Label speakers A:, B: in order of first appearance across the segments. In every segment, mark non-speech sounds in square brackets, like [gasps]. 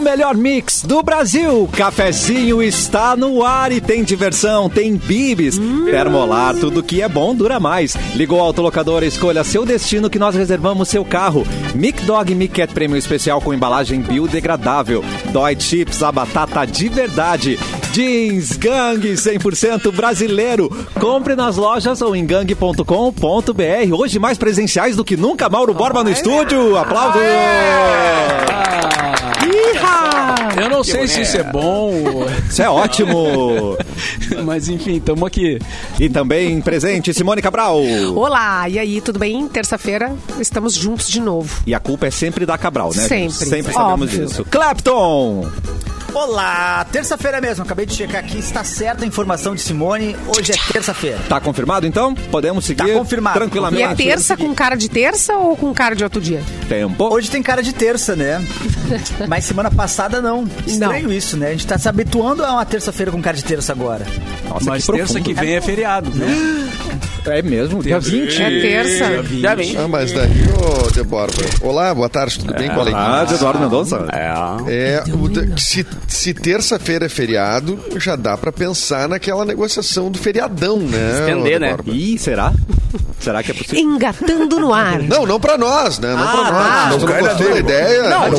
A: melhor mix do Brasil. Cafezinho está no ar e tem diversão, tem bibis, termolar, tudo que é bom dura mais. Ligou ao autolocador, escolha seu destino que nós reservamos seu carro. Mic Dog Mic Cat Prêmio Especial com embalagem biodegradável. Dói Chips, a batata de verdade. Jeans Gang 100% brasileiro. Compre nas lojas ou em gang.com.br. Hoje mais presenciais do que nunca. Mauro Borba no estúdio. Aplausos! Iha!
B: Eu não sei se isso é bom,
A: Isso é ótimo.
B: mas enfim, estamos aqui.
A: E também presente Simone Cabral.
C: Olá, e aí, tudo bem? Terça-feira estamos juntos de novo.
A: E a culpa é sempre da Cabral, né? gente?
C: Sempre.
A: Sempre sabemos
C: Óbvio.
A: disso. Clapton!
D: Olá, terça-feira mesmo, acabei de checar aqui, está certa a informação de Simone, hoje é terça-feira.
A: Tá confirmado então? Podemos seguir
D: Tá confirmado.
C: E
A: tranquilamente.
C: é terça com cara de terça ou com cara de outro dia?
A: Tempo.
D: Hoje tem cara de terça, né?
C: [laughs]
D: Mas semana passada não. Estranho isso, né? A gente tá se habituando a uma terça-feira com cara de terça agora.
A: Nossa,
B: mas
A: que
B: terça
A: profundo.
B: que
C: Tá
B: vem é feriado, né?
A: É mesmo? Dia 20?
C: É terça.
B: Já vem.
E: Ah, mas daí, ô, de Borba. Olá, boa tarde, tudo bem? Qual é?
A: Ah, de Eduardo Mendonça.
E: É, o da- se, se terça-feira é feriado, já dá pra pensar naquela negociação do feriadão, né?
F: Estender,
E: ô, de
F: né?
E: Borba?
A: Ih, será? Será que é possível? tá.
C: Engatando no ar.
E: Não, não pra nós, né? Não pra nós. nós não gostou da ideia. Não,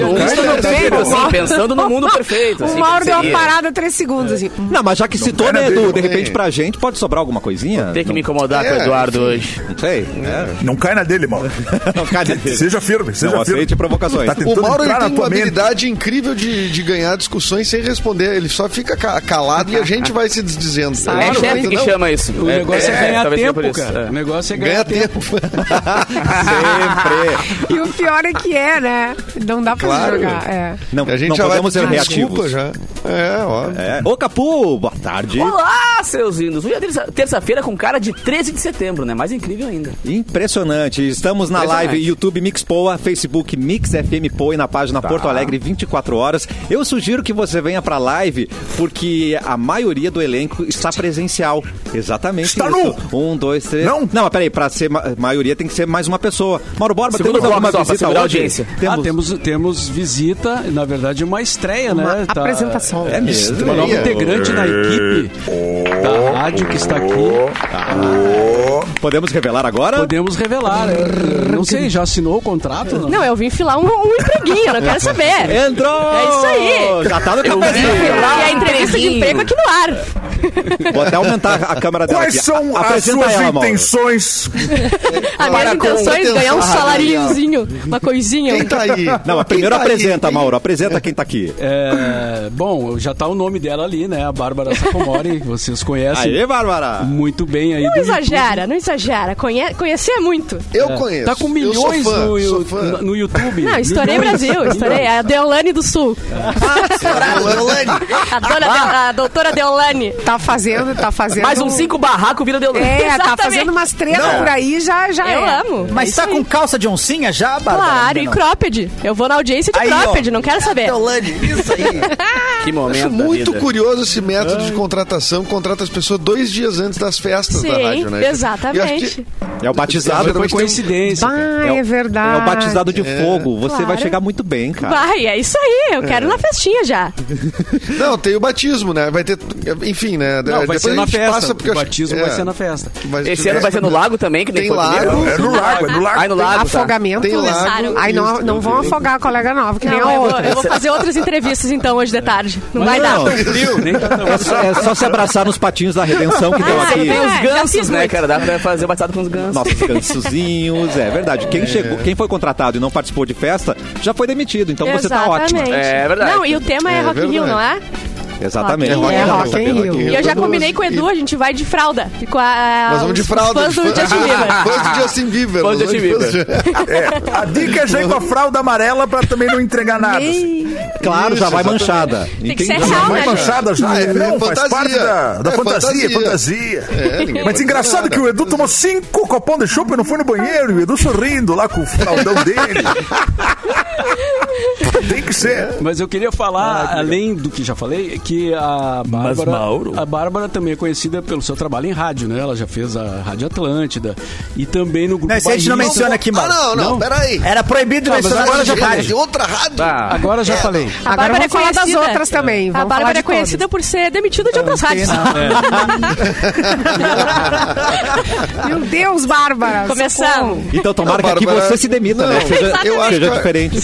F: Tipo assim, pensando no mundo perfeito.
C: o
F: assim,
C: Mauro
F: como
C: deu uma
F: seria. É.
C: parada três segundos, assim.
A: Não, mas já que citou,
E: cara
A: né,
E: dele,
A: Edu, de
E: não
A: repente
E: tem.
A: pra gente pode sobrar alguma coisinha?
F: Tem que me incomodar
E: É,
F: com o Eduardo
E: enfim.
F: hoje.
A: Não sei. né?
G: Não cai na dele, Mauro.
A: [laughs] Não, cadê?
G: Seja firme, seja
A: Não
G: firme.
A: aceite provocações.
G: Tá
E: O
G: tentando
E: Mauro ele
G: entrar na
E: tem uma
G: tua mente.
E: habilidade incrível de, de ganhar discussões sem responder. Ele só fica ca- calado e a gente vai se desdizendo.
F: É
E: Ele
F: chefe
E: não-
F: que
E: não,
F: chama isso.
B: O negócio é, ganhar
F: talvez seja por
B: tempo,
F: isso.
B: cara. O
F: É.
B: negócio é
E: Ganha
B: ganhar tempo.
E: tempo.
A: Sempre.
C: E o pior é que é, né? Não dá pra
E: Claro.
C: jogar. É.
A: Não,
E: A gente
A: não
E: já vai
A: podemos ser
E: pedir
A: reativos.
E: desculpa já. É, ó.
A: É. Ô, Capu, boa tarde.
F: Olá, seus lindos. Hoje é terça- terça-feira com cara de 13 de setembro, né? Mais incrível ainda.
A: Impressionante. Estamos na
F: Impressionante.
A: live YouTube Mix Poa, Facebook Mix FM Poa e na página Porto Alegre 24 horas. Eu sugiro que você venha pra live porque a maioria do elenco está presencial. Exatamente
G: Está
A: isso. Um, dois, três.
G: Não.
A: Não, mas peraí, pra ser ma- maioria tem que ser mais uma pessoa. Mauro Borba,
F: Segundo
A: temos alguma
F: bloco só, pra
A: visita
F: segurar a
A: hoje?
F: audiência.
B: Temos... Ah, temos, temos visita, na verdade, uma estreia, né?
C: Uma
B: Tá-
C: apresentação.
A: É mesmo.
B: Uma nova
E: Estreia.
B: integrante da equipe da rádio que está aqui.
A: Podemos revelar agora?
B: Podemos revelar. né? Não sei, já assinou o contrato? Não?
H: Não, eu vim filar um, um empreguinho, eu não quero saber.
A: Entrou!
H: É isso aí.
A: Já tá no
H: E
A: cafezinho.
H: a entrevista de emprego aqui no ar.
A: Vou até aumentar a câmera dela
G: Quais
A: aqui.
G: são as
A: Apresenta
G: suas
A: ela, Mauro.
G: intenções?
H: A minha
E: Para com
H: intenção é
E: atenção,
H: ganhar um
E: Rafael.
H: salariozinho, uma coisinha.
E: Quem tá aí?
A: Não, mas
E: Quem
A: primeiro
E: tá aí?
A: apresenta,
E: Quem-
A: Mauro. Apresenta quem tá aqui.
B: É, bom, já tá o nome dela ali, né? A Bárbara Sacomori, vocês conhecem
A: Aê, Bárbara!
B: muito bem aí.
H: Não
B: do
H: exagera, não exagera. Conhe- conhecer é muito.
E: Eu
B: YouTube.
E: conheço.
B: Tá com
E: Eu sou
B: milhões
E: fã,
B: no,
E: sou fã.
B: no- no YouTube.
H: Não, estourei
B: Milhões.
H: Brasil, estourei. A Deolane do Sul. A, dona De- a doutora Deolane.
C: Tá fazendo, tá fazendo.
F: Mais uns cinco barracos vira deu.
C: É, tá
H: Exatamente.
C: fazendo umas tretas por aí, já, já
H: Eu
C: é.
H: amo. É
D: Mas
H: isso
D: tá
H: aí.
D: com calça de oncinha já, Bárbara?
H: Claro, e
D: Não.
H: cropped. Eu vou na audiência de
D: Aí, ó.
H: cropped, não quero saber.
D: Deolane, isso aí.
F: Que momento.
E: Acho
F: da
E: [laughs] muito
F: vida.
E: curioso esse método de contratação. Contrata as pessoas dois dias antes das festas da
H: Sim,
E: rádio, né?
H: exatamente.
E: E acho que- um
A: É o batizado.
B: Foi coincidência.
C: Ah,
A: É o-
C: é verdade.
A: É o batizado de fogo. Você vai
H: Claro.
A: chegar muito bem, cara.
H: Vai, é isso aí. Eu quero na festinha já.
E: Não, tem o batismo, né? Vai ter. Enfim, né?
B: Não, vai
E: Depois
B: ser
E: a
B: na
E: gente
B: festa.
E: passa, porque
B: O
E: eu acho-
B: batismo
E: é,
B: vai ser na
E: [laughs]
B: festa.
F: Esse ano vai ser no lago também, que nem
E: Tem
F: foi o primeiro.
E: lago.
G: É no lago, é no lago.
F: Ai, no lago, tá.
C: Afogamento.
E: Tem lago.
C: Aí não,
E: Isso,
C: não vão afogar a colega nova, que nem
H: Não,
C: a
H: eu vou,
C: outra.
H: eu vou fazer
C: Ah,
H: outras entrevistas então
C: é.
H: hoje de tarde. Não vai dar.
A: Não,
C: então
B: Nem tá tão-
A: é só, é só se abraçar nos patinhos da redenção que deu
H: Ah,
A: aqui.
H: eu
F: Tem os
H: É, já
F: gansos,
H: fiz
F: né,
H: muito.
F: cara? Dá pra fazer o batizado com os gansos.
A: Nossos cansozinhos, é verdade. Quem chegou, quem foi contratado e não participou de festa, já foi demitido. Então você tá ótimo.
H: Exatamente.
F: É verdade.
H: Não, e o tema é,
E: É
H: Rock in Rio, não é?
A: Exatamente.
H: É
E: Rock in
C: É,
E: Rio,
C: Rock in
E: é
C: Rio.
E: Rock
H: E
E: in
H: eu já
E: Duas-
H: combinei com o Edu, a gente vai de fralda. E com a,
E: Nós vamos de
H: os
E: fralda.
H: Fãs do
E: de
H: Justin
C: [laughs]
H: Bieber.
E: Fãs do Justin Bieber.
F: Fãs do
E: nós
F: Justin
E: vamos de fãs de-
G: [laughs] É, a dica é já ir com a fralda amarela pra também não entregar nada. assim.
A: Claro, já
E: Isso,
A: vai
E: exatamente.
A: manchada.
H: Tem que ser
A: Entendi.
H: real,
G: Vai
H: né? gente?
G: manchada já.
E: Ah, é
G: não,
E: fantasia.
G: faz parte da, da
E: É
G: fantasia, fantasia.
E: É, ninguém
G: Mas
E: pode
G: engraçado
E: fazer
G: que o
E: nada.
G: Edu tomou cinco copão de chupa e não foi no banheiro. E o Edu sorrindo lá com o fraldão dele. Tem que ser.
E: Ah,
B: Mas eu queria falar, além do que já falei, que que a
G: Mas,
B: Bárbara,
G: Mauro?
B: a Bárbara também é conhecida pelo seu trabalho em rádio, né? Ela já fez a Rádio Atlântida e também no grupo
D: Não, isso a gente não
B: Barris.
D: menciona aqui,
E: Ah,
D: mano.
E: não, não, peraí.
D: Era proibido
B: Ah, mas
D: mencionar
B: agora
D: agora
B: já
D: já
B: falei.
E: de
D: rádio.
E: outra rádio.
F: Tá.
B: Agora
E: É.
B: já falei.
H: A
C: Agora
H: Bárbara é
C: vamos falar das
H: conhecida.
C: outras também.
H: A
C: Vamos falar
H: Bárbara
C: de
H: é conhecida por ser demitida de outras rádios. [laughs]
C: todas. Meu Deus, Bárbara.
H: Começamos.
C: socorro.
A: Então tomara
E: Não,
A: que aqui
E: Bárbara,
A: você se demita,
E: não,
A: né? Seja,
E: eu acho
A: seja
E: que-
A: diferente.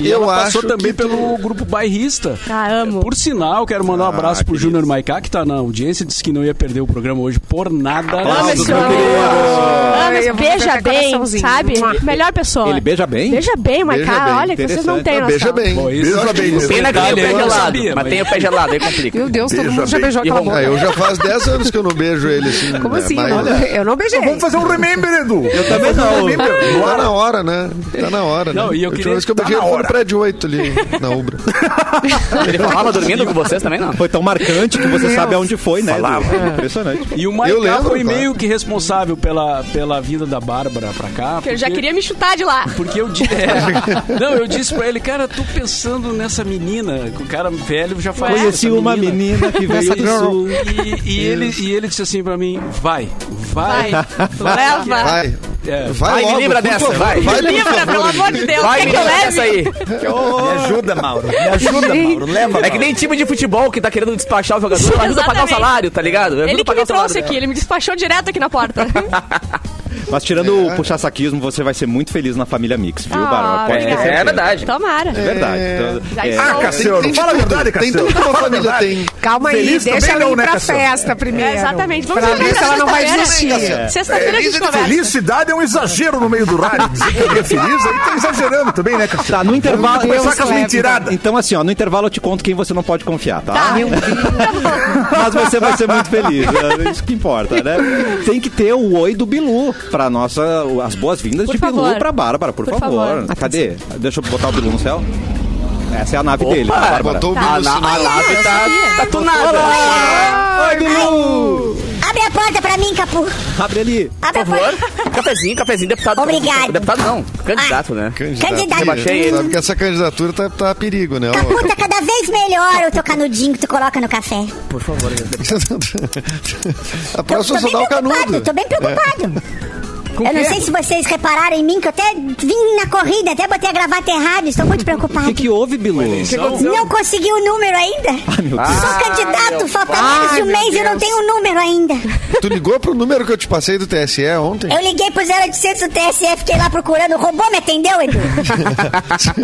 B: E
E: Eu
B: ela passou
E: acho
B: também
E: que
B: pelo grupo bairrista.
H: Ah, amo.
B: Por sinal, quero mandar
E: Ah,
B: um abraço pro Júnior Maiká, que tá na audiência, disse que não ia perder o programa hoje por nada.
A: Aplausos,
B: Mas-
A: meu querido.
H: Ah,
C: Ai,
H: mas
C: eu vou
H: beija
C: apertar
H: bem,
C: coraçãozinho.
H: sabe? Melhor pessoa.
A: Ele beija bem?
H: Beija bem, mas
E: Beija
H: cara,
E: bem,
H: olha que vocês não
A: interessante.
H: têm
E: Não,
H: noção.
E: beija bem.
B: Bom, isso
G: Beija
B: eu acho
G: bem,
B: que esse
F: Pena que tem o
B: detalhe
F: pé
B: eu não
F: gelado.
B: sabia,
F: mas tem o pé gelado, aí complica.
C: Meu Deus, todo
G: Beija
C: mundo já
G: bem.
C: beijou
F: E
C: aquela
F: vamos-
E: Ah,
C: boca.
E: eu já faz 10 anos que eu não beijo ele assim.
C: [laughs] Como
E: né,
C: assim?
E: mas-
C: Eu não- Eu não beijei.
G: Vamos fazer um remember, Edu. Eu
A: também
C: é
A: não.
E: Tá na hora, né? Tá na hora, né?
B: Não, e eu
E: a última
B: queria-
E: vez que eu
G: Tá
E: beijei
G: na
E: ele foi
G: hora.
E: no prédio 8 ali, na Ubra.
C: [laughs]
F: Ele falava dormindo com vocês também, não?
A: Foi tão É um marcante que você sabe aonde foi, né? Edu?
G: Falava.
A: Impressionante.
B: E o Maiká
E: Eu lembro,
B: foi
E: claro.
B: meio que responsável pela, pela vinda da Bárbara pra cá.
H: Eu já
B: porque-
H: queria me chutar de lá.
B: Porque eu disse. [laughs] não, eu disse pra ele, cara, tô pensando nessa menina. que O cara velho já falou.
A: Conheci
B: "Essa
A: uma menina que veio do sul.
B: E, e ele, e ele disse assim pra mim: vai, vai.
H: Vai. Leva.
E: Vai.
B: É.
E: Vai,
F: Vai, me
E: logo,
F: livra
E: por
F: dessa,
E: favor,
F: vai.
E: vai
H: Me
E: por
H: livra,
E: favor.
H: pelo amor de Deus.
F: Vai,
H: Quer que eu
F: menina, essa
H: leve?
F: aí.
D: Me ajuda, Mauro. Me ajuda, Mauro. Leva,
F: É que nem time de futebol que tá querendo despachar o jogador.
H: Sim,
F: Ajuda a pagar o
H: exatamente.
F: salário, tá ligado? Ajuda
H: Ele
F: a
H: que
F: pagar
H: me
F: o salário
H: trouxe
F: dela.
H: aqui, ele me despachou direto aqui na porta.
A: Tá Mas tirando o puxar-saquismo, você vai ser muito feliz na família Mix, viu,
H: Ah,
A: Bárbara? Pode ter
H: obrigada.
A: certeza.
F: É verdade.
H: Tomara.
A: É verdade. Então,
H: Já
A: é,
H: estou.
G: Ah, Cassiano,
E: Tem de
G: fala a
E: tudo,
G: verdade,
E: Tem
G: Cassiano.
E: tudo que uma família tem.
C: Calma aí,
G: Feliz
C: deixa
G: também
C: ela
G: não,
C: ir
G: né,
C: pra
G: Cassiano?
C: festa primeiro.
H: É, exatamente. Vamos
C: Pra
H: chegar
C: ver se
H: na
C: ela não vai
H: sexta-feira.
C: desistir.
H: Sexta-feira a gente conversa.
G: Felicidade é um exagero no meio do rádio. Dizer que
H: [laughs]
G: alguém é feliz, aí tá exagerando também, né, Cassiano?
A: Tá, no intervalo.
G: Vamos começar
C: Deus,
G: com as
C: Kleber.
G: mentiradas.
A: Então, assim, ó, no intervalo eu te conto quem você não pode confiar, tá?
H: Tá.
A: [laughs] Mas você vai ser muito feliz. É isso que importa, né? Tem que ter o oi do Bilu pra nossa. As boas-vindas
H: Por
A: de Bilu
H: favor.
A: pra Bárbara, por,
H: Por
A: favor.
H: favor.
A: Cadê? Deixa eu botar o Bilu no céu. Essa é a nave dele, tá,
F: Opa,
A: Bárbara.
E: Botou o
H: Tá.
E: bico
F: A,
E: no
F: na, a
E: sinal.
F: nave tá, tá tunada.
A: Oi, Bilu!
I: Abre a porta pra mim, Capu.
A: Abre ali.
I: Abre
F: Por
I: a porta.
F: favor. Cafezinho, cafezinho, deputado.
I: Obrigado.
F: Deputado não,
H: Ah,
F: candidato, né?
I: Candidato.
F: Rebaixei ele.
E: Sabe que essa candidatura tá, tá a perigo, né?
I: Capu, tá cada vez melhor o teu canudinho que tu coloca no café.
E: [laughs] a
I: Tô,
E: próxima é
I: tô
E: só
I: bem
E: dá o
I: preocupado,
E: canudo.
I: tô bem preocupado. Eu não sei se vocês repararam em mim, que eu até vim na corrida, até botei a gravata errada, estou muito
A: O
I: preocupado.
A: que, que houve, Bilu?
I: Não consegui o número ainda.
A: meu
I: Sou candidato, falta menos de um mês e eu não tenho o número ainda.
E: É. Tu ligou pro número que eu te passei do TSE
I: [laughs]
E: ontem?
I: Eu liguei pro 0800 do TSE, fiquei lá procurando, o robô me atendeu,
C: [laughs]
I: Edu.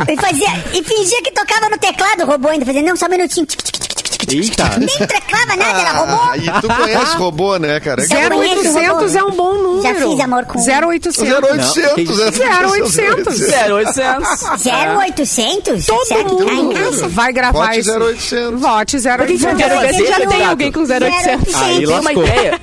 I: e, fazia, e fingia que tocava no teclado o robô ainda, fazia, não, só um minutinho. tic, tic, tic, tic, tic, tic.
A: Eita.
I: Nem teclava nada, era robô.
E: Ah, e tu conhece robô, né, cara?
I: Zero- Eu conheço o um
C: 0800
I: robô.
C: é um bom número.
I: Já fiz amor com-
C: 0800.
E: 0800,
A: Não,
E: né?
C: 0800.
F: 0800.
I: É. 0800?
C: Todo
I: Tá em
C: mundo
I: casa?
C: vai gravar
E: Pote
C: esse.
E: 0800.
C: Vote 0800.
H: 0800 já tem alguém com 0800.
A: Aí
F: Tem uma
A: lascou.
F: ideia.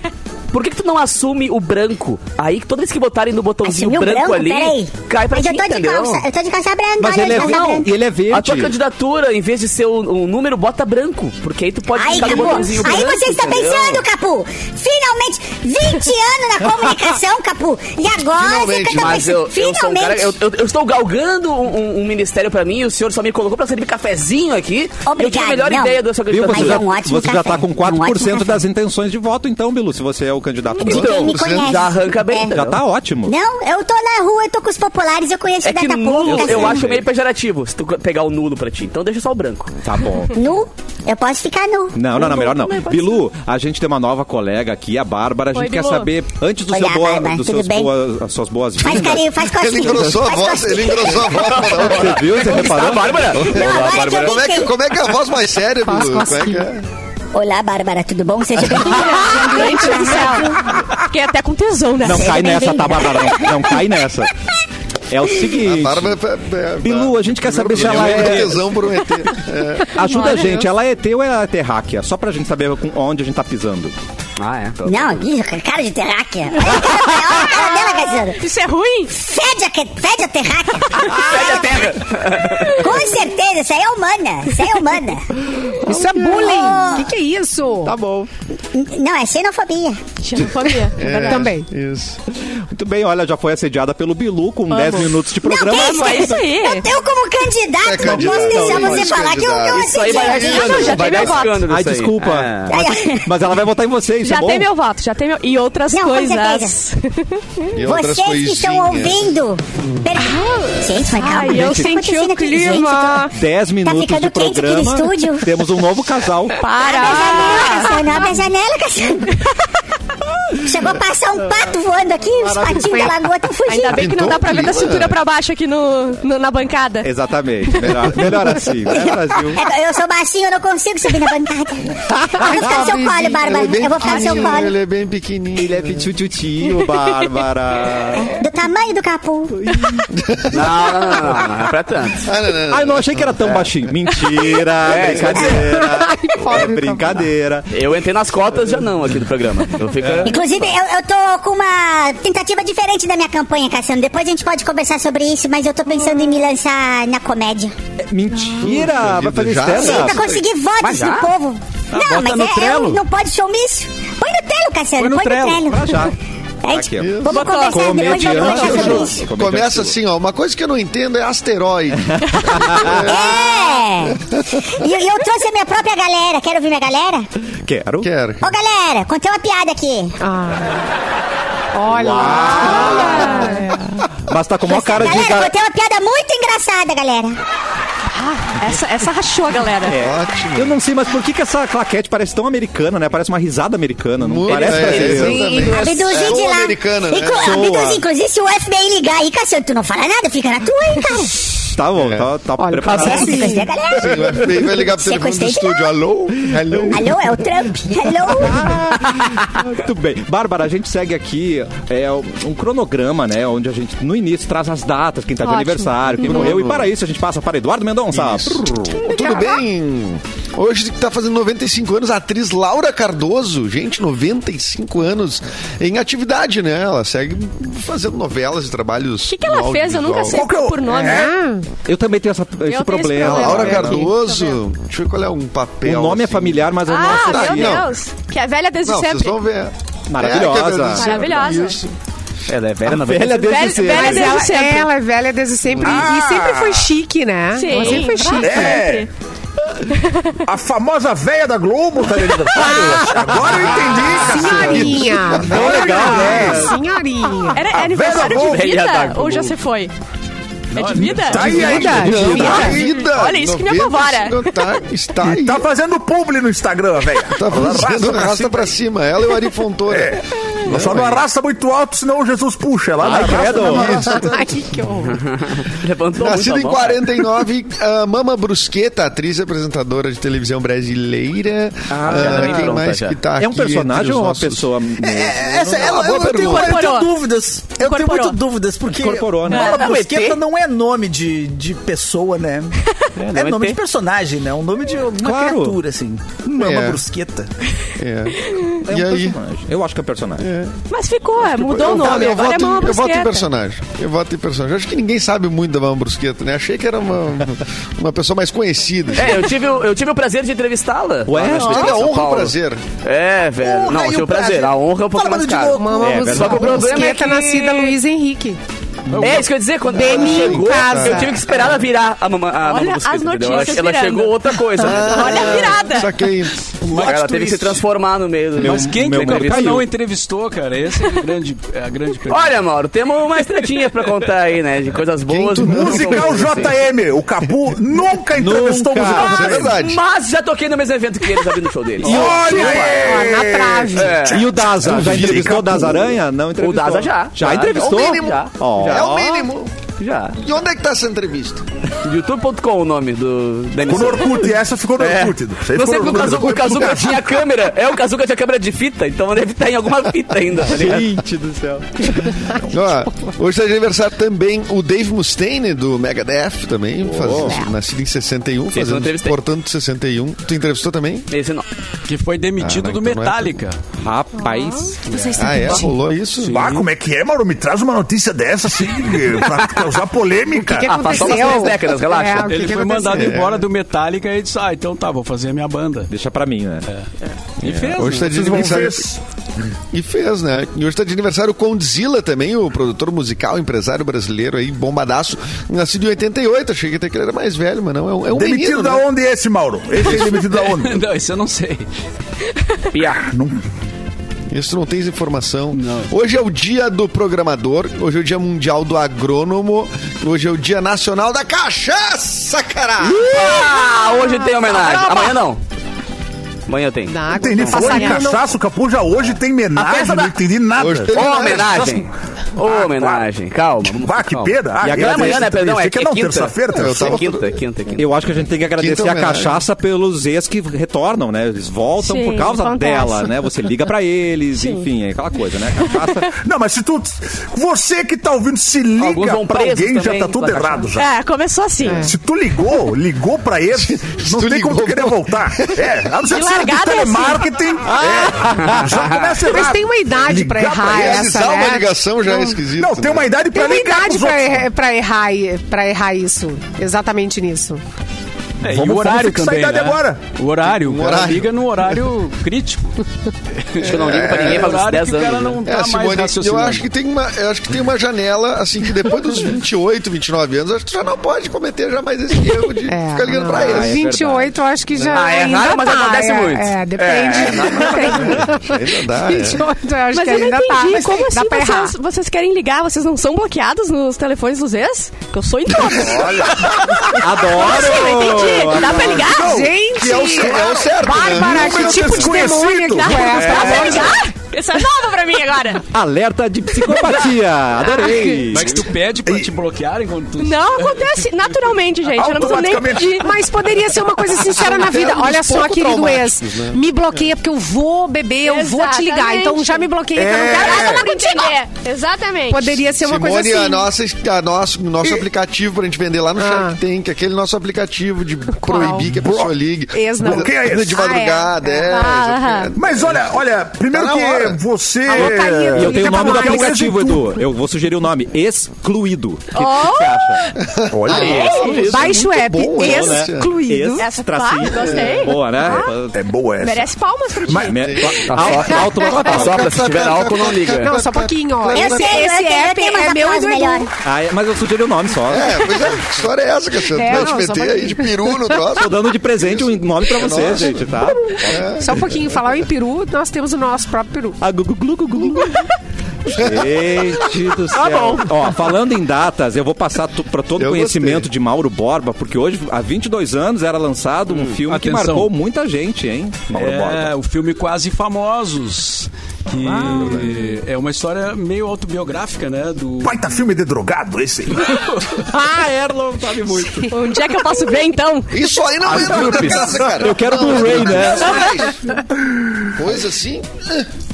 F: Por que, que tu não assume o branco? Aí que toda vez que botarem no botãozinho
I: Assumiu
F: branco, ali,
I: peraí.
F: cai pra
I: Mas
F: ti,
I: eu tô de
F: entendeu?
I: calça, eu tô de calça branca.
A: Mas
I: olha,
A: ele é,
I: de calça
A: não,
I: branca.
A: ele é verde.
F: A tua candidatura, em vez de ser um, um número, bota branco. Porque aí tu pode
I: Aí,
F: clicar no
I: Capu,
F: botãozinho branco.
I: aí você está
F: entendeu?
I: pensando, Capu. Finalmente, 20 anos na comunicação, Capu. E agora
E: Finalmente,
I: você tá
F: Mas eu,
I: pensando...
F: eu sou um cara.
I: Finalmente.
F: Eu, eu- eu estou galgando um, um- um ministério pra mim, e o senhor só me colocou pra servir cafezinho aqui.
I: Obrigado,
F: eu tive a melhor
I: não.
F: ideia da sua
A: Viu?
F: candidatura.
A: Você
I: Aí
A: já,
I: é um ótimo
A: você já
I: café. Então,
A: tá com 4%
I: Um ótimo
A: das intenções de voto, então, Bilu, se você é o candidato branco.
I: Ninguém me
E: Já
I: conhece.
F: Então, Já arranca bem.
A: Já
F: entendeu?
A: tá ótimo.
I: Não, eu tô na rua, eu tô com os populares, eu conheço
F: É
I: da
F: que
I: Capu.
F: nulo eu,
I: tá certo.
F: acho meio pejorativo se tu pegar o nulo pra ti. Então deixa só o branco.
A: Tá bom.
I: Nu, eu posso ficar nu.
A: Não, não, não, melhor não.
E: é
F: também pode
A: Bilu, a gente tem uma nova colega aqui, a Bárbara. A gente
H: Oi,
A: quer
H: Bilu.
A: saber, antes do
I: Olá,
A: seu boa,
I: Bárbara,
A: dos
I: tudo
A: seus
I: bem?
A: boas, as suas boas-vindas.
I: Faz carinho, faz costinha.
E: Ele engrossou a
I: faz
E: voz, ele engrossou a voz.
A: Você viu? [laughs] Você reparou?
F: Bárbara?
I: Não, agora que eu
E: Como é que,
I: brinquei.
E: como é que é a voz mais séria, Bilu? Como é que é?
I: Olá, Bárbara, tudo bom? Seja
H: [laughs] Meu Deus do
I: bem-vinda.
H: céu. Fiquei até com tesão nessa.
A: Não cai nessa, tá,
I: bem-vinda.
A: Bárbara? Não, não cai nessa. É o
G: Ah,
A: seguinte.
E: A Bárbara. é- é-
A: Bilu, a gente quer saber se ela
E: Primeiro
A: é-
E: tesão por um ET. É.
A: Ajuda a
H: Olha,
A: gente,
H: eu-
A: ela é teu ou ela é terráquea? Só pra gente saber com- onde a gente tá pisando.
F: Ah, é.
I: [laughs] É Não, isso, cara de terráquea. Olha a cara, olha a cara dela, Brazano?
H: Isso é ruim?
I: Fede a, que- fede a terraca.
F: Pede a terra.
I: [laughs] Com certeza, isso aí é humana. Isso aí é humana.
C: Isso é bullying. O que, que é isso?
A: Tá bom.
I: N- Não, é xenofobia.
H: Xenofobia.
E: É,
C: Também.
E: Isso.
A: Muito bem, olha, já foi assediada pelo Bilu com 10 minutos de programa.
I: que
H: Vamos, é isso aí.
I: Eu, eu como candidato, não
E: É
I: posso
E: candidato,
I: deixar
E: não
I: você
E: pode
I: falar que eu, que eu
E: candidato.
F: Isso aí vai dar
I: assediei.
H: Ah, não, já
F: escândalo. Vai
H: tem
F: dar
H: meu voto.
F: escândalo
A: Ai,
F: isso aí.
A: desculpa.
F: É.
A: Mas, mas ela vai votar em vocês,
H: Já
A: tá bom?
H: tem meu voto, já tem meu. E outras
I: Não, com
H: coisas.
E: E outras
I: Vocês que estão
E: coisinhas.
I: ouvindo. Per... gente, mas calma. o que que tá acontecendo então.
H: Ai, eu senti o
I: aqui? Gente,
H: clima.
A: 10 minutos
I: Tá ficando
A: de
I: quente aqui no
A: programa.
I: estúdio.
A: Temos um
I: [laughs]
A: novo casal.
I: Abre a
H: Para!
I: janela, Cassiano. Abre a janela, Cassiano.
F: [laughs]
I: Chegou a passar um pato voando aqui. Os patinhos da lagoa então estão fugindo.
H: Ainda bem que não dá pra ver da
E: é.
H: cintura pra baixo aqui no, no- na bancada.
A: Exatamente. Melhor, melhor assim, né, Brasil?
I: É, Eu sou baixinho, eu não consigo subir na bancada. Eu vou Então ficar no seu colo, Bárbara. Eu vou ficar no seu
E: é pequenininho,
I: colo.
E: Ele é bem pequenininho.
A: Ele é pichutinho, Bárbara.
I: Do tamanho do capu.
F: Não, não, não, não, não, não é pra tanto.
E: Ah, não, não, não.
A: Ai, não achei que era tão baixinho. Mentira,
F: [laughs] É,
A: brincadeira. É brincadeira.
F: Eu entrei nas cotas já não aqui do programa. Eu fico...
A: É.
I: Inclusive, eu, eu tô com uma tentativa diferente da minha campanha, Cassiano. Depois a gente pode conversar sobre isso, mas eu tô pensando em me lançar na comédia.
A: É, Mentira, vai fazer
E: já?
I: Sim, pra
A: stand-up. Ah,
I: conseguir votos
F: Ah, Mas já?
I: do povo.
F: bota
I: não, mas
F: no
I: é, é
F: Trello.
I: um- não pode showmício. Põe no Trello, Cassiano.
A: Põe no Trello, pra já. Tá
I: Aí,
A: Aqui, ó.
I: vamos conversar, depois vamos
A: Comediante
I: conversar sobre
A: Chuchu.
I: isso.
A: Comediante
E: Começa
A: Chuchu.
E: assim, ó. Uma coisa que eu não entendo é asteroide.
I: É! E eu, eu trouxe a minha própria galera. Quero ouvir minha galera? Ô,
A: Quero.
E: É. Quero.
I: galera, contei uma piada aqui.
H: Ah.
C: Olha.
A: Mas tá com uma cara de.
I: Assim, galera,
A: ga-
I: contei uma piada muito engraçada, galera.
H: Ah, Essa, essa rachou a galera.
E: Ótimo.
A: É. Eu não sei, mas por que, que essa claquete parece tão americana, né? Parece uma risada americana, não
E: Muito
A: parece
E: bem,
A: brasileiro.
E: exatamente.
I: Abduzinho
E: Sou
I: de lá.
E: americana, né?
I: Inclu-
A: Sou,
I: Abduzinho,
A: ah.
I: inclusive, se o FBI ligar aí, Cassiano, tu não fala nada, fica na tua aí, cara.
A: [laughs] Tá bom, tá, tá preparado.
I: É, sequestrei a galera.
E: Sim, vai- vai, vai ligar pro
I: Você
E: telefone do
I: gostei de
E: estúdio.
I: lá?
E: Alô? Alô?
I: Alô, é o Trump. Alô.
A: Muito bem. Bárbara, a gente segue aqui é, um cronograma, né? Onde a gente, no início, traz as datas, quem tá de
H: Ótimo.
A: aniversário, quem morreu. E para isso, a gente passa para Eduardo Mendonça.
E: Tudo bem? Hoje que tá fazendo 95 anos, a atriz Laura Cardoso, gente, 95 anos em atividade, né? Ela segue fazendo novelas e trabalhos.
H: O que, que ela
E: no
H: fez? Eu nunca sei
E: audiovisual.
G: que é o-
H: por nome. né?
A: Eu também tenho essa- esse
H: esse
A: problema.
H: problema.
E: Laura
H: É,
E: Cardoso, deixa eu ver qual é um papel.
A: O nome é
E: assim.
A: familiar, mas eu não
H: Ah,
A: assisti.
E: tá,
H: meu
E: não.
H: Deus. Que é velha desde
E: Não, vocês
H: sempre.
E: vão ver.
A: Maravilhosa.
E: É, que é desde sempre.
H: Maravilhosa.
E: Isso.
F: Ela é velha, na
A: Velha desde
H: Velha-
A: sempre.
H: velha
C: Mas
H: desde
C: ela,
H: sempre.
C: ela é velha desde sempre. e- E sempre foi chique, né?
H: Sim.
C: Ela sempre foi chique.
G: É.
H: Sempre.
G: A famosa véia da Globo tá de aniversário. Agora eu
H: Ah,
E: tá
G: entendi, cara.
C: Senhorinha.
E: é
A: Não, legal, né?
C: Senhorinha.
H: Era, era aniversário
G: Vera
H: de
G: Wolf.
F: Velha da
H: vida?
F: Globo.
H: Ou já se foi? É de vida?
G: Tá aí ainda.
E: Não,
G: Tá
E: tá
G: aí.
E: ainda.
H: Olha, isso que me apavora.
E: 95 Tá, está aí.
G: Tá fazendo publi no Instagram, velho.
E: Tá fazendo
G: pra
E: arrasta pra cima. Ela e o Ari Fontoura.
G: Só não arrasta muito alto, senão o Jesus puxa. é Lá
A: Ai,
G: na
A: credo.
F: [laughs]
A: [laughs]
C: Ai, que horror.
F: Levantou
E: Nascida né, em
F: muito tá a mão.
E: 49, a Mama Brusqueta, atriz e apresentadora de televisão brasileira.
F: já
E: Ah,
F: também
E: quem
F: é pronta,
E: mais
F: já.
E: que tá aqui?
A: É um personagem
E: entre os
A: ou uma
E: nossos?
A: pessoa?
D: É, essa,
E: não,
D: ela,
E: boa
D: eu, tenho,
E: pergunta.
D: eu tenho
H: Incorporou.
D: dúvidas. Eu tenho
H: Incorporou.
D: muito dúvidas, porque.
A: Incorporou, né?
D: Mama
F: Não, não,
D: Brusqueta
F: ET.
D: não é nome de, de pessoa, né? É,
F: não é
D: nome
F: ET.
D: de personagem, né? Um nome de uma
A: Claro.
D: criatura, assim. Mama
E: É.
D: Brusqueta.
E: É.
A: É um
E: E aí?
A: personagem. Eu acho que é personagem.
H: Mas ficou, é, mudou o nome.
E: tipo, eu,
H: Agora é Mama
E: voto, em- eu voto em
H: Brusqueta.
E: personagem. Eu voto em personagem. Acho que ninguém sabe muito da Mama Brusqueta, né? Achei que era uma, uma pessoa mais conhecida.
F: É,
E: [laughs]
F: eu tive, o- eu tive o prazer de entrevistá-la.
A: Ué?
F: Lá na
E: Teve
F: Expo
E: a
F: São
E: honra e o
F: Paulo.
E: prazer.
F: É, velho.
D: Honra
F: Não,
D: e
F: eu tive
D: o
F: o prazer.
D: prazer.
F: A honra é um pouco
D: Fala,
F: mais
D: mano, de
F: cara.
D: novo.
C: Mama
F: É,
C: Brusqueta,
F: só que o problema é que-
C: nascida Luiz Henrique.
F: É, isso que eu ia dizer, quando ela chegou,
C: casa.
F: eu tive que esperar ela virar a mamãe. A
H: Olha
F: Mama Brusqueta,
H: as
F: entendeu?
H: notícias
F: Ela, ela
H: virando.
F: chegou outra coisa.
H: Olha a virada.
E: Saquei.
F: ela teve que se transformar né? no meio do.
B: Mas quem
A: meu
B: que o
A: marido
B: cara
A: caiu.
B: não entrevistou, cara? Essa é a grande, é a grande pergunta.
F: Olha, Mauro, temos uma estradinha pra contar aí, né? De coisas boas.
E: tu-
F: não
G: Musical
F: tão boas, assim.
G: JM. O Capu nunca entrevistou o
A: Nunca.
G: musical
E: Isso é
G: JM.
E: verdade.
F: Mas já toquei no mesmo evento que eles abrindo o show deles. É.
G: Olha aí.
C: Ó, na trave.
A: E o Daza? Já
G: Vira
A: entrevistou o
G: capô.
A: Daza Aranha? Não
F: O
A: entrevistou.
F: Daza já.
A: Já entrevistou?
E: É o mínimo.
F: Já.
A: Ó.
E: É o mínimo.
F: Já.
E: E onde é que tá essa entrevista?
F: YouTube.com o nome do da
G: Ficou no
F: emissora.
G: Orkut. E essa ficou no
F: É.
G: Orkut. Isso aí
F: Não
G: ficou
F: sei porque
G: no
F: o Kazuca, o
G: Orkut.
F: Kazuca tinha câmera. É, o Kazuca tinha câmera de fita, então deve estar em alguma fita ainda, tá ligado?
A: Gente do céu.
E: Ó, hoje tá de aniversário também o Dave Mustaine, do Megadeth, também. faz- nascido em 61,
F: eu não
E: fazendo,
F: entrevistei.
E: portanto 61. Tu um. entrevistou também?
F: Esse não.
B: Que foi demitido
E: Ah, não,
B: do
E: então não é
B: Metallica.
A: Rapaz.
C: Vocês
E: Ah,
C: sabem
E: é?
C: disso.
E: Rolou isso?
G: Ah, como é que é, Mauro? Me traz uma notícia dessa, assim, pra causar polêmica.
C: O que
F: Ah, faz só
C: aconteceu?
F: umas três décadas, relaxa.
C: É, o que
B: Ele
C: que
B: foi
C: aconteceu?
B: mandado embora do Metallica e disse: Ah, então tá, vou fazer a minha banda. É.
A: Deixa pra mim, né?
F: É.
B: E fez.
E: Hoje
B: né?
E: tá de
G: Vocês vão
E: aniversário.
G: ver.
E: E fez, né? E hoje tá de aniversário o Condzilla também, o produtor musical, empresário brasileiro aí, bombadaço. Nascido em 88, achei que até que ele era mais velho, mas não, é um, é um
G: Demitido
E: menino,
G: da
E: né?
G: onde esse, Mauro? Esse é demitido da
F: [laughs]
G: onde?
B: Não, isso eu não sei.
F: Piá.
E: [laughs] Isso não tens informação.
B: Não.
E: Hoje é o dia do programador, hoje é o dia mundial do agrônomo, hoje é o dia nacional da cachaça, caralho!
F: Ah, hoje tem homenagem. Amanhã não. Amanhã eu tenho.
C: Na água,
G: Entendi,
C: não.
G: falou de
C: Passarinho não-
G: cachaço, capuja, hoje tem
F: A
G: homenagem,
F: festa da-
G: não entendi nada.
E: Hoje tem-
F: Ô, homenagem. Ô, homenagem. Calma. vamos-
G: Bah, Ah, que
F: calma.
G: pena. Ah,
F: e agora
G: agradeço
F: amanhã, né,
G: também.
F: perdão? É,
G: Achei
F: é
G: que não,
F: quinta.
G: terça-feira,
F: É
E: terça-feira.
F: quinta, é quinta, é quinta.
A: Eu acho que a gente tem que agradecer
E: Quinta
A: a
E: homenagem.
A: cachaça pelos ex que retornam, né? Eles voltam
H: Sim,
A: por causa
H: acontece.
A: dela, né? Você liga pra eles, enfim, é aquela coisa, né? Cachaça.
G: Não, mas se tu. Você que tá ouvindo, se
F: Alguns
G: liga
F: vão
G: pra
F: presos
G: alguém, já
F: também
G: tá tudo
F: pela
G: errado já.
H: É, começou assim.
G: Se tu ligou, ligou
E: [laughs]
G: pra ele, não
E: tu
G: tem
E: ligou,
G: como tu querer
E: não.
G: voltar. É, a não ser
H: De
G: que seja do
H: largada é assim.
G: telemarketing.
E: Ah.
G: É, já começa errado.
C: Mas tem uma idade pra
G: Ligar
C: errar
E: E
G: ele.
C: essa,
E: realizar uma
C: né?
E: ligação já é esquisito.
G: Não, tem uma idade pra
C: Tem uma
G: ligar
C: idade
G: pros
C: pra,
G: outros.
C: errar- pra errar, e- pra errar isso. Exatamente nisso.
B: É, e
G: Vamos-
B: o horário
G: vamos fixar a
B: também.
G: idade
B: Né?
G: agora.
B: O horário. O cara
E: horário.
B: liga no horário [laughs] crítico.
F: Acho que eu não ligo pra ninguém
B: É,
F: faz uns
B: horário
F: 10
B: que o cara
F: anos. né?
B: não
E: É,
B: tá mais
E: Simone, eu
B: raciocinando.
E: acho que tem uma, eu acho que tem uma janela assim que depois dos 28, 29 anos, acho que tu já não pode cometer jamais esse erro de
C: É,
E: ficar ligando
C: não,
E: pra eles.
C: 28, eu acho que já.
F: Ah, é
C: ainda
F: raro, mas
C: tá,
F: acontece
C: é,
F: muito.
C: É, depende.
E: Ainda dá, é.
C: 28, eu acho
H: Mas
C: que
H: eu não
C: ainda tá.
H: entendi.
C: mas
H: Como
C: dá
H: assim
C: pra errar.
H: vocês, vocês querem ligar? Vocês não são bloqueados nos telefones dos ex? Que eu sou em todos.
D: [laughs]
A: Adoro!
H: Sim, eu entendi. Dá pra ligar?
C: Gente!
E: Que é o, cer- é o certo, né?
C: Bárbara, que tipo de demônio que tá
H: Dá pra
C: é.
H: ligar? Isso é nova pra mim agora.
A: Alerta de psicopatia! Adorei!
B: Mas tu pede pra te bloquearem quando tu.
H: Não acontece naturalmente, gente. Eu não preciso nem
G: Automaticamente.
H: pedir.
C: Mas poderia ser uma coisa sincera na vida.
E: Termos
C: Olha só,
E: pouco
C: querido ex,
E: um traumáticos, né?
C: me bloqueia porque eu vou beber, eu vou te ligar.
H: Exatamente.
C: Então já me bloqueia que eu não quero
H: Essa
C: nada
H: é pra
C: contigo.
H: entender. Exatamente.
C: Poderia ser uma
E: Simone,
C: coisa
E: a
C: assim.
E: nossa, a nosso, nosso aplicativo pra gente vender lá no
B: Ah.
E: Shark Tank, aquele nosso aplicativo de proibir que a pessoa ligue.
C: Ex não.
E: Bloqueia De
C: Ah, é.
E: madrugada, é.
H: Ah,
E: isso aqui.
G: Mas olha, olha, primeiro
E: Tá na
G: que
E: hora.
G: você. é um
C: Alô, Caíto.
A: E eu tenho
C: Liga
A: o nome do
C: pra mais.
A: aplicativo, Edu. Eu vou sugerir o nome. Excluído. Que
H: Oh!
A: você acha?
G: Olha
E: Isso é
C: Baixa o
E: muito
C: app,
E: bom, né?
C: excluído.
H: Essa
A: tracinho.
H: pá, gostei. Ah,
A: Boa, né?
C: Ah.
G: É boa essa.
H: Merece palmas pra ti.
G: Mas-
A: Me- ah,
F: Tá só-
A: Alto no
F: Tá só pra se tiver álcool, não liga.
C: Não, só um pouquinho, ó.
I: Eu
C: Esse,
I: sei, eu
C: esse
I: tenho- eu
C: app
I: tenho umas
C: é meu e do
I: aplausos
C: Edu.
I: melhores.
A: Ah, é, mas eu sugeri o nome só.
E: É, pois é, que história é essa, Cassiano?
C: É,
E: É,
C: não,
E: te
C: só
E: meter
C: pra-
E: aí de peru no troço.
A: Tô dando de presente um nome pra vocês,
E: nosso.
A: gente, tá?
C: Só um pouquinho, falar em peru, nós temos o nosso próprio peru.
A: A glu, glu, glu, glu, glu, glu. Gente do céu. Ó, falando em datas, eu vou passar tu, pra todo o
E: Eu
A: conhecimento
E: gostei.
A: de Mauro Borba, porque hoje, há 22 anos, era lançado um filme que
B: atenção.
A: marcou muita gente, hein? Mauro
B: É,
A: Borba.
B: o filme Quase Famosos. Que
G: Ah,
B: é uma história meio autobiográfica, né? Do.
G: Baita filme de
B: [laughs]
G: drogado esse.
A: [laughs] Ah, Erlon sabe muito.
H: Onde é que eu posso ver, então?
E: Isso aí não entra na casa, cara.
A: Eu quero Blu-ray,
B: [laughs]
A: né?
E: Mas, Coisa assim.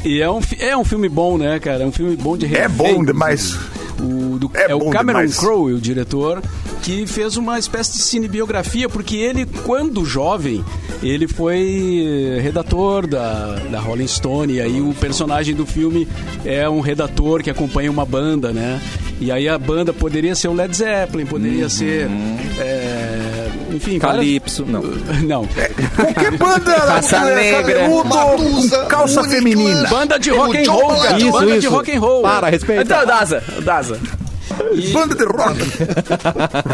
B: E é um, fi- é um filme bom, né, cara? É um filme bom de
G: É bom
B: refeitos,
G: demais.
B: O, do-
G: É
B: é, o
G: bom
B: Cameron
G: demais.
B: Crowe, o diretor, que fez uma espécie de cinebiografia, porque ele, quando jovem, ele foi redator da, da Rolling Stone, e aí o personagem do filme é um redator que acompanha uma banda, né? E aí a banda poderia ser o Led Zeppelin, poderia ser. é, enfim, várias-
A: Calypso, não.
B: [laughs] Não.
G: É, Qualquer banda
F: Raça negra.
G: cabeludo,
E: Matusa,
G: com calça
E: Bonito
G: feminina.
E: Ana.
B: Banda de rock
E: O
B: and
E: John
B: roll,
E: Paladino.
B: cara.
A: Isso,
B: banda de
A: isso.
B: rock and roll.
A: Para, respeita.
F: Então, Daza, Daza.
G: Banda de rock.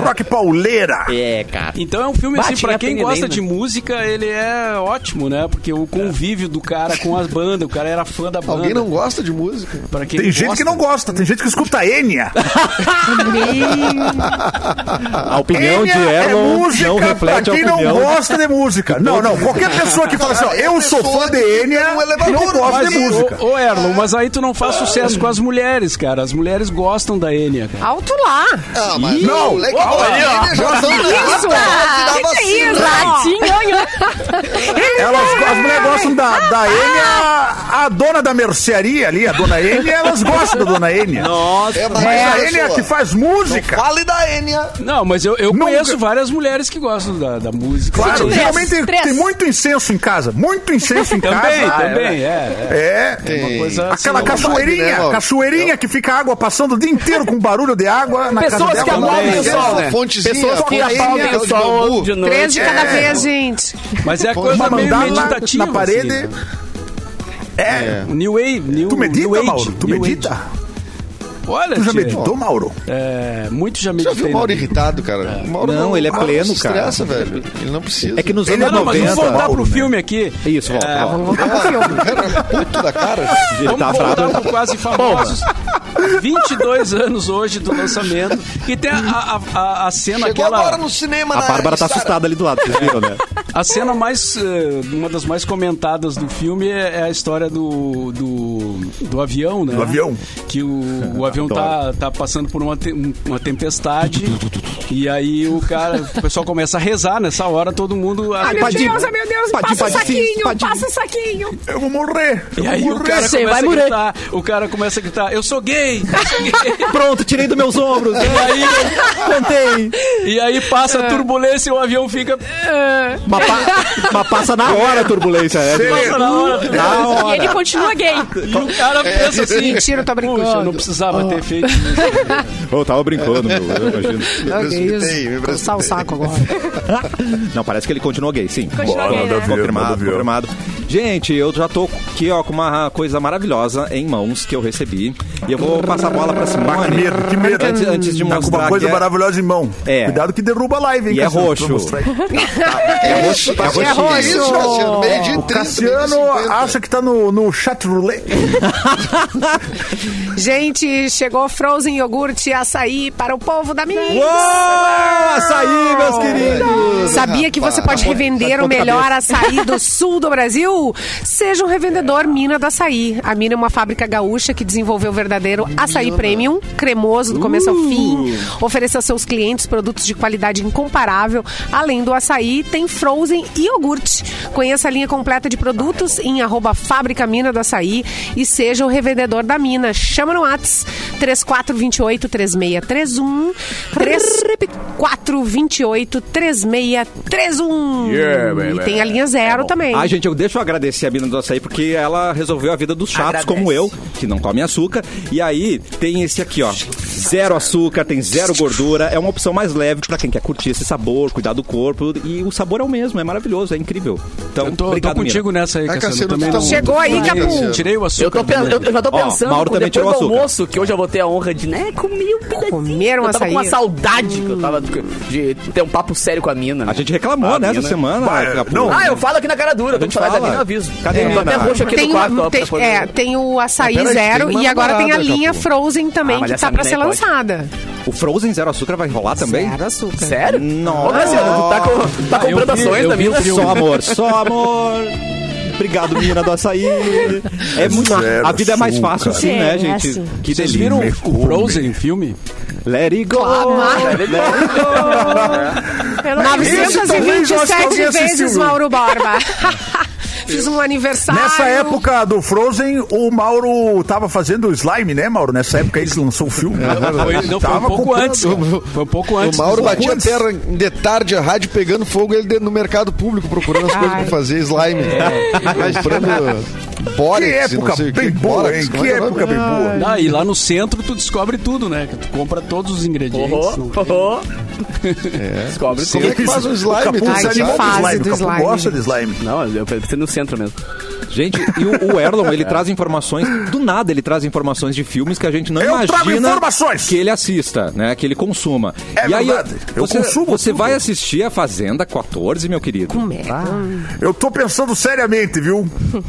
G: rock pauleira.
A: É, cara.
B: Então é um filme
F: Bah,
B: assim,
F: tinha
B: pra quem
F: aprendido,
B: gosta
F: hein,
B: de
F: né?
B: música, ele é ótimo, né? Porque o convívio do cara com as bandas, o cara era fã da banda.
E: Alguém não gosta de música?
B: Pra quem
G: Tem gente que não gosta, tem gente que escuta Enya.
A: [laughs] A opinião de
G: Enya é
A: Erlon
G: música
A: não reflete
G: pra
A: a
G: quem não
A: opinião.
G: gosta de música. Não, não, qualquer pessoa que fala assim, ó, eu sou fã de Enya,
E: Um elevador,
G: não gosta
B: Mas,
G: de música.
B: Ô, ô, Erlon, mas aí tu não faz sucesso com as mulheres, cara. As mulheres gostam da Enya, cara.
C: Alto lá.
E: Ah, mas
G: Ih,
E: não, legal.
G: olha aí, ó.
E: já estão
C: Isso! é
E: da vacina.
G: Elas, as mulheres gostam da, da N, a, a dona da mercearia ali, a dona N, elas gostam da dona N.
A: Nossa,
E: É, mas
G: Mas a
E: olha
G: N é
E: só.
G: a que faz música.
E: Fale da Enya.
B: Não, mas eu, eu
G: Nunca.
B: conheço várias mulheres que gostam da, da música.
G: Claro,
B: Sim.
G: geralmente tem,
H: três.
G: tem muito incenso em casa. Muito incenso em casa.
B: Também,
G: Ah,
B: também,
E: né?
B: é. é.
G: É.
E: Tem.
B: Uma coisa assim,
G: Aquela
B: uma-
G: cachoeirinha,
E: vibe, né, Mauro?
G: cachoeirinha que fica a água passando o dia inteiro com barulho de água na
F: Pessoas
G: casa
F: que
G: dela.
F: aplaudem
G: Também.
F: o sol.
E: Essa
F: né?
E: fontezinha,
F: Pessoas que
E: a fontezinha, é
F: aplaudem o
E: de
F: sol
E: bambu.
F: de noite.
C: Três de cada
E: É.
C: vez, gente.
B: Mas é a
E: Uma
B: coisa
G: Uma
B: meio
G: mandala
B: meditativa.
G: na parede.
B: assim, né?
G: É.
B: New Wave, New
G: Tu medita,
B: new
G: Mauro?
B: age,
G: Tu
B: new
G: medita?
B: age. Olha,
G: Tu já
B: tia,
G: meditou, Mauro?
B: É, muito já
E: Já
B: meditei.
E: viu o Mauro
B: né?
E: irritado, cara? O Mauro
A: Não, ele é
E: o Mauro
A: pleno,
E: se
A: cara.
E: estressa, velho. Ele não precisa.
A: É que nos
G: Ele
A: anos
G: é
B: Não, mas
E: tá.
B: vamos
A: 90...
B: voltar
G: Mauro,
B: pro
G: né?
B: filme aqui. É,
A: Isso, volta, volta.
E: Cara, é puto da cara.
A: Ele
B: Vamos
A: tá
B: voltar
A: bravo.
B: pro Quase Famosos. 22 anos hoje do lançamento. E tem a, a, a- a cena
E: Chegou
B: aquela...
E: agora no cinema,
A: A
E: né,
A: Bárbara tá
E: Sara?
A: assustada ali do lado, vocês [laughs] viram, né?
B: A cena mais. eh, Uma das mais comentadas do filme é é a história do. do, do avião, né?
G: Do avião.
B: Que o, o avião tá, tá passando por uma, te- um- uma tempestade. e aí o cara. O pessoal começa a rezar nessa hora, todo mundo.
C: Ai, Ah, meu
A: Padim.
F: é
C: Deus, ai, meu Deus,
A: Padim,
C: passa o
A: padim,
C: saquinho,
A: padim.
C: passa o saquinho.
G: Eu vou
A: É,
G: morrer.
B: e aí o cara
H: Sei,
B: começa
H: vai
B: a
H: morrer.
B: gritar. O cara começa a gritar, eu sou gay! eu sou gay."
A: [laughs] Pronto, tirei dos meus ombros.
B: e, aí,
A: Cantei.
B: e aí passa a turbulência e o avião fica.
C: É.
A: Mas, pa- mas passa na hora a turbulência, é.
B: Passa na hora.
A: Na
H: né? E ele
A: hora.
H: continua gay.
B: E o cara
A: É,
B: pensa assim.
C: Mentira, eu tô brincando.
B: Puxa, eu não precisava
A: Ah,
B: ter feito isso.
A: Eu tava brincando, meu. Eu imagino.
C: [laughs] Ah, que isso.
E: precipitei, me
C: Coçar o
E: precipitei.
C: saco agora.
A: Não, parece que ele continuou gay, sim.
H: Continua gay, né?
A: Confirmado, confirmado. Gente, eu já tô aqui ó, com uma coisa maravilhosa em mãos que eu recebi. E eu vou passar a bola pra
G: Ah, que
A: Simone.
G: medo, que medo.
A: Antes, antes de
G: Tá com
A: mostrar
G: uma coisa
A: que é-
G: maravilhosa em mão.
A: É.
G: Cuidado que derruba a live, hein,
A: E é
G: Cassiano?
A: roxo.
G: Vou mostrar aí.
E: É
A: roxo, é roxo.
E: Que isso, Cassiano? Meio dia e
G: O
E: 30,
G: Cassiano
E: meio dia e 50.
G: acha que tá no, no chat
E: [laughs]
G: roulette.
C: Gente, chegou Frozen iogurte e açaí para o povo da Mix.
A: Uou! Açaí, meus queridos!
C: Sabia que você
E: rapaz.
C: pode revender
E: tá
C: o melhor açaí do sul do Brasil? Seja um revendedor Mina do Açaí. A Mina é uma fábrica gaúcha que desenvolveu o verdadeiro açaí premium, cremoso do começo ao fim. Oferece aos seus clientes produtos de qualidade incomparável. Além do açaí, tem Frozen e iogurte. Conheça a linha completa de produtos em arroba Fábrica Mina do Açaí e seja o revendedor da Mina. Chama no Whats 3428 3631 3428 3631
G: Yeah, baby.
C: E tem a linha zero também.
A: Ah, gente, eu deixo eu agradecer a Bina do Açaí, porque ela resolveu a vida dos chatos
D: Agradece.
A: como eu, que não comem açúcar. E aí tem esse aqui, ó. Zero açúcar, tem zero gordura. É uma opção mais leve pra quem quer curtir esse sabor, cuidar do corpo. E o sabor é o mesmo, é maravilhoso, é incrível. Então,
B: Eu tô,
A: obrigado,
B: tô contigo
A: Mina.
B: nessa aí,
E: Ah,
B: Cassiano. eu
E: Cassiano,
B: também
E: tu tá
B: não-
E: muito
C: Chegou aí,
E: bonito,
C: Capu.
E: Cassiano.
B: Tirei o açúcar.
F: Eu tô, pen- eu, eu já tô
A: Ó,
F: pensando,
A: Mauro
F: que
A: também
F: depois do
A: tirou açúcar.
F: almoço, que hoje eu vou ter a honra de, né, comer um pedacinho.
C: Comeram
F: eu tava com uma
C: açaí.
F: saudade que eu tava de, de ter um papo sério com a mina. né?
A: A gente reclamou,
F: A
A: né,
F: mina.
A: essa semana.
G: Vai,
A: Capu.
G: não.
F: Ah, eu falo aqui na cara dura, eu tô com
A: gente
F: saudade da
A: fala.
F: mina, eu aviso. É.
A: Cadê a
F: eu tô
A: mina?
F: até roxo aqui
C: Tem,
F: no quarto. ó,
C: tem-
F: pra poder-
C: é, tem o açaí
E: Mas peraí,
C: zero
E: tem uma
C: e agora tem a
E: namorada,
C: linha
E: Capu.
C: Frozen também,
F: Ah, mas
C: que
F: essa
C: tá pra
F: mina
C: ser
F: aí pode.
C: lançada.
A: O Frozen Zero Açúcar vai rolar também?
C: Zero açúcar.
F: Sério?
A: Não.
F: Ô, Cassiano, tu tá, com, tá
B: Ah, eu
F: comprando
B: vi-
F: ações
B: eu
F: da
B: vi o
F: mina?
B: filme.
A: Só amor, só amor. Obrigado, mina do açaí. É muito,
G: Zero
A: a vida é mais fácil
G: açúcar.
A: assim, né,
H: É,
A: gente?
H: assim.
A: Que
B: Vocês
A: delícia.
B: viram
G: Me
B: o
G: come.
B: Frozen filme?
A: Let it go.
G: Isso, talvez eu acho que
C: 927
G: alguém assistiu,
C: vezes
G: viu?
C: Mauro [laughs] Borba. Fiz um aniversário.
G: Nessa época do Frozen, o Mauro tava fazendo slime, né, Mauro? Nessa época ele lançou o filme.
A: É,
B: Foi, não, foi um
G: Tava
B: pouco
G: comprando.
B: antes.
A: né?
B: Foi um pouco antes.
E: O
B: Foi
E: Mauro
B: um
E: batia a
B: pouco antes.
E: terra de tarde, a rádio pegando fogo, ele no mercado público procurando as coisas pra fazer slime.
B: É.
E: É. Comprando
G: Que
E: bórax e não
G: época
E: sei o que.
G: bem boa,
E: bórax,
G: hein?
E: como
G: Que
E: é é o
G: época
E: nome?
G: bem boa.
B: Ah, e lá no centro tu descobre tudo, né? Tu compra todos os ingredientes. não tem-
F: Oh,
B: [laughs]
F: Descobre
E: Como é
F: tudo.
E: que faz um slime?
G: Capu
E: Tu
C: Ai, que
G: se
E: sabe?
G: animou
C: fase
G: do
C: do
G: slime. Capu
C: slime,
G: gosta de slime.
F: Não, eu pensei no centro mesmo.
A: Gente, e o, o Erlon, ele traz informações, do nada ele traz informações de filmes que a gente não
G: Eu trago
A: imagina
G: informações.
A: que ele assista, né? Que ele consuma.
G: É
A: e aí,
G: verdade. Eu
A: você,
G: consumo
A: Você
G: tudo.
A: vai assistir a Fazenda 14, meu querido?
G: Ah. Eu tô pensando seriamente, viu?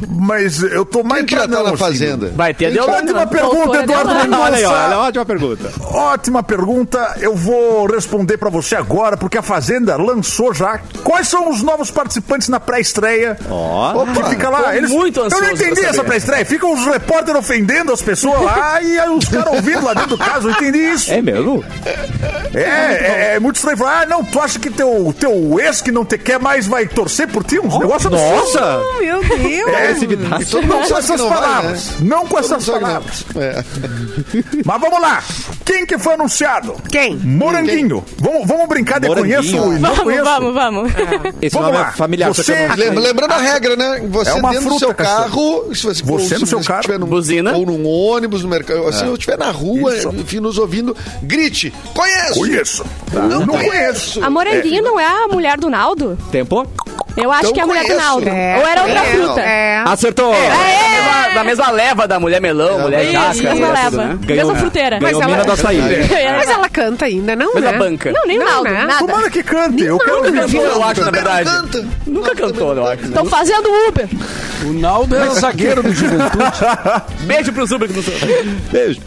G: Mas eu tô mais
E: Quem que já
G: pra
E: tá
G: não,
E: na
G: assim.
E: fazenda?
F: Vai ter a Deolane
G: Ótima
F: lá.
G: pergunta,
H: Doutora
G: Eduardo
H: Deolane.
G: Mendonça.
A: é ótima pergunta.
G: Ótima pergunta. Eu vou responder pra você agora, porque a Fazenda lançou já. Quais são os novos participantes na pré-estreia?
A: Ó.
G: Que fica lá, eles
F: muito
G: Eu não
F: ansioso pra
G: entendi
F: saber.
G: essa pré-estreia. Ficam os repórteres ofendendo as pessoas lá e aí os caras ouvindo lá dentro do caso. Eu entendi isso.
A: É mesmo?
G: É, é, é muito estranho. Falar, ah, não, tu acha que teu, teu ex que não te quer mais vai torcer por ti? Um
E: Oh,
G: negócio absurdo.
A: Nossa!
C: Oh, Meu Deus.
E: É, E todo
G: Não
E: mundo sabe
G: com
E: que
G: essas
E: não vai, né?
G: palavras. Não com
E: Todo mundo sabe
G: essas
E: que não.
G: palavras.
E: É.
G: [laughs] Mas vamos lá. Quem que foi anunciado?
C: Quem?
E: Hum,
G: Moranguinho. Vamos, vamos brincar de
A: Moranguinho.
G: conheço e não
H: Vamos,
G: conheço.
H: vamos, vamos.
A: Esse
G: Vamos
A: nome
G: lá.
A: é familiar. só que
G: Você-
A: eu não sei.
E: Lembra- Lembrando a regra, né? Você
G: É uma
E: dentro do
G: fruta,
E: seu
G: Cassiano.
E: carro, se você,
G: Você
E: ou se
G: no seu
E: você
G: carro,
E: estiver num,
F: buzina.
E: ou num ônibus, no mercado, se eu estiver na rua,
G: É. Isso.
E: enfim, nos ouvindo, grite, conheço!
G: Conheço.
A: Ah,
G: Não, conheço.
H: A Moranguinho não é a mulher do Naldo?
A: Tempo?
H: Eu acho
E: Então
H: que é a mulher do
E: conheço.
H: Naldo.
E: É,
H: Ou era outra
E: é,
H: fruta.
C: É. É,
A: Acertou!
F: Da mesma, da é, mesma leva da mulher melão, mulher
H: Isso,
F: jasca.
H: mesma
F: essas,
H: leva.
F: né?
A: Ganhou-
H: Mesma fruteira. É.
A: Ganhou
C: Mas
A: mina
C: ela-
A: É.
C: É.
A: da saída.
H: [laughs]
C: Mas ela canta ainda, não,
F: Mas
C: né?
F: a banca.
H: Não, nem o
C: Não,
H: Naldo,
C: né?
H: nada.
G: Tomara que cante.
C: é
G: Eu quero
F: Nunca
G: ouvir.
F: cantou, eu acho, na
E: Também não
F: verdade.
E: canta.
F: Nunca cantou, eu acho. né?
H: Estão fazendo Uber.
B: Então O Naldo é zagueiro do [laughs] Juventude.
F: Beijo pro Zuber que não sou.
A: Beijo.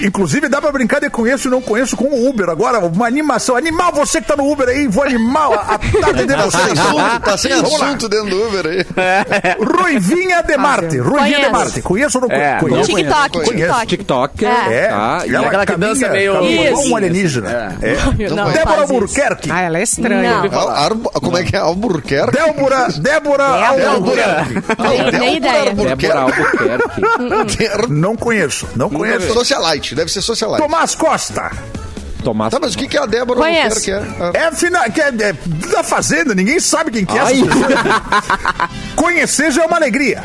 G: Inclusive, dá pra brincar de conheço e não conheço com o Uber. Agora, uma animação. Animal, você que tá no Uber aí, vou animar a, a
E: [laughs]
G: tarde de
E: Tá sem
G: vocês.
E: assunto, tá sem
G: Vamos lá.
E: assunto dentro do Uber aí.
G: Ruivinha de Marte. Ruivinha de
H: Conheço.
G: Marte. Conheço ou não
F: É,
G: conheço?
F: não
H: TikTok,
E: conheço.
H: TikTok.
A: TikTok.
G: É,
A: Tá.
G: e ela
F: Aquela que
G: caminha,
F: dança meio-
G: caminha igual
H: Isso.
G: um alienígena. É.
E: Então
H: Não, não faz
G: Débora
H: isso.
G: Burquerque.
C: Ah, ela é estranha.
H: Não.
E: Al- Arbu- como é que é? Alburquerque?
G: Débora, Débora Albuquerque.
H: Nem- nem ideia.
A: Débora
E: Alburquerque.
A: Albuquerque.
G: [laughs] Não conheço, não conheço.
E: Socialite, deve ser socialite.
G: Tomás Costa.
A: Tomás.
E: Tá, mas o que que é a Débora
H: Conheço.
E: Albuquerque? É?
G: É, fina, que é, é da Fazenda, ninguém sabe quem que é essa
A: Ai.
G: pessoa.
A: [laughs]
G: Conhecer já é uma alegria.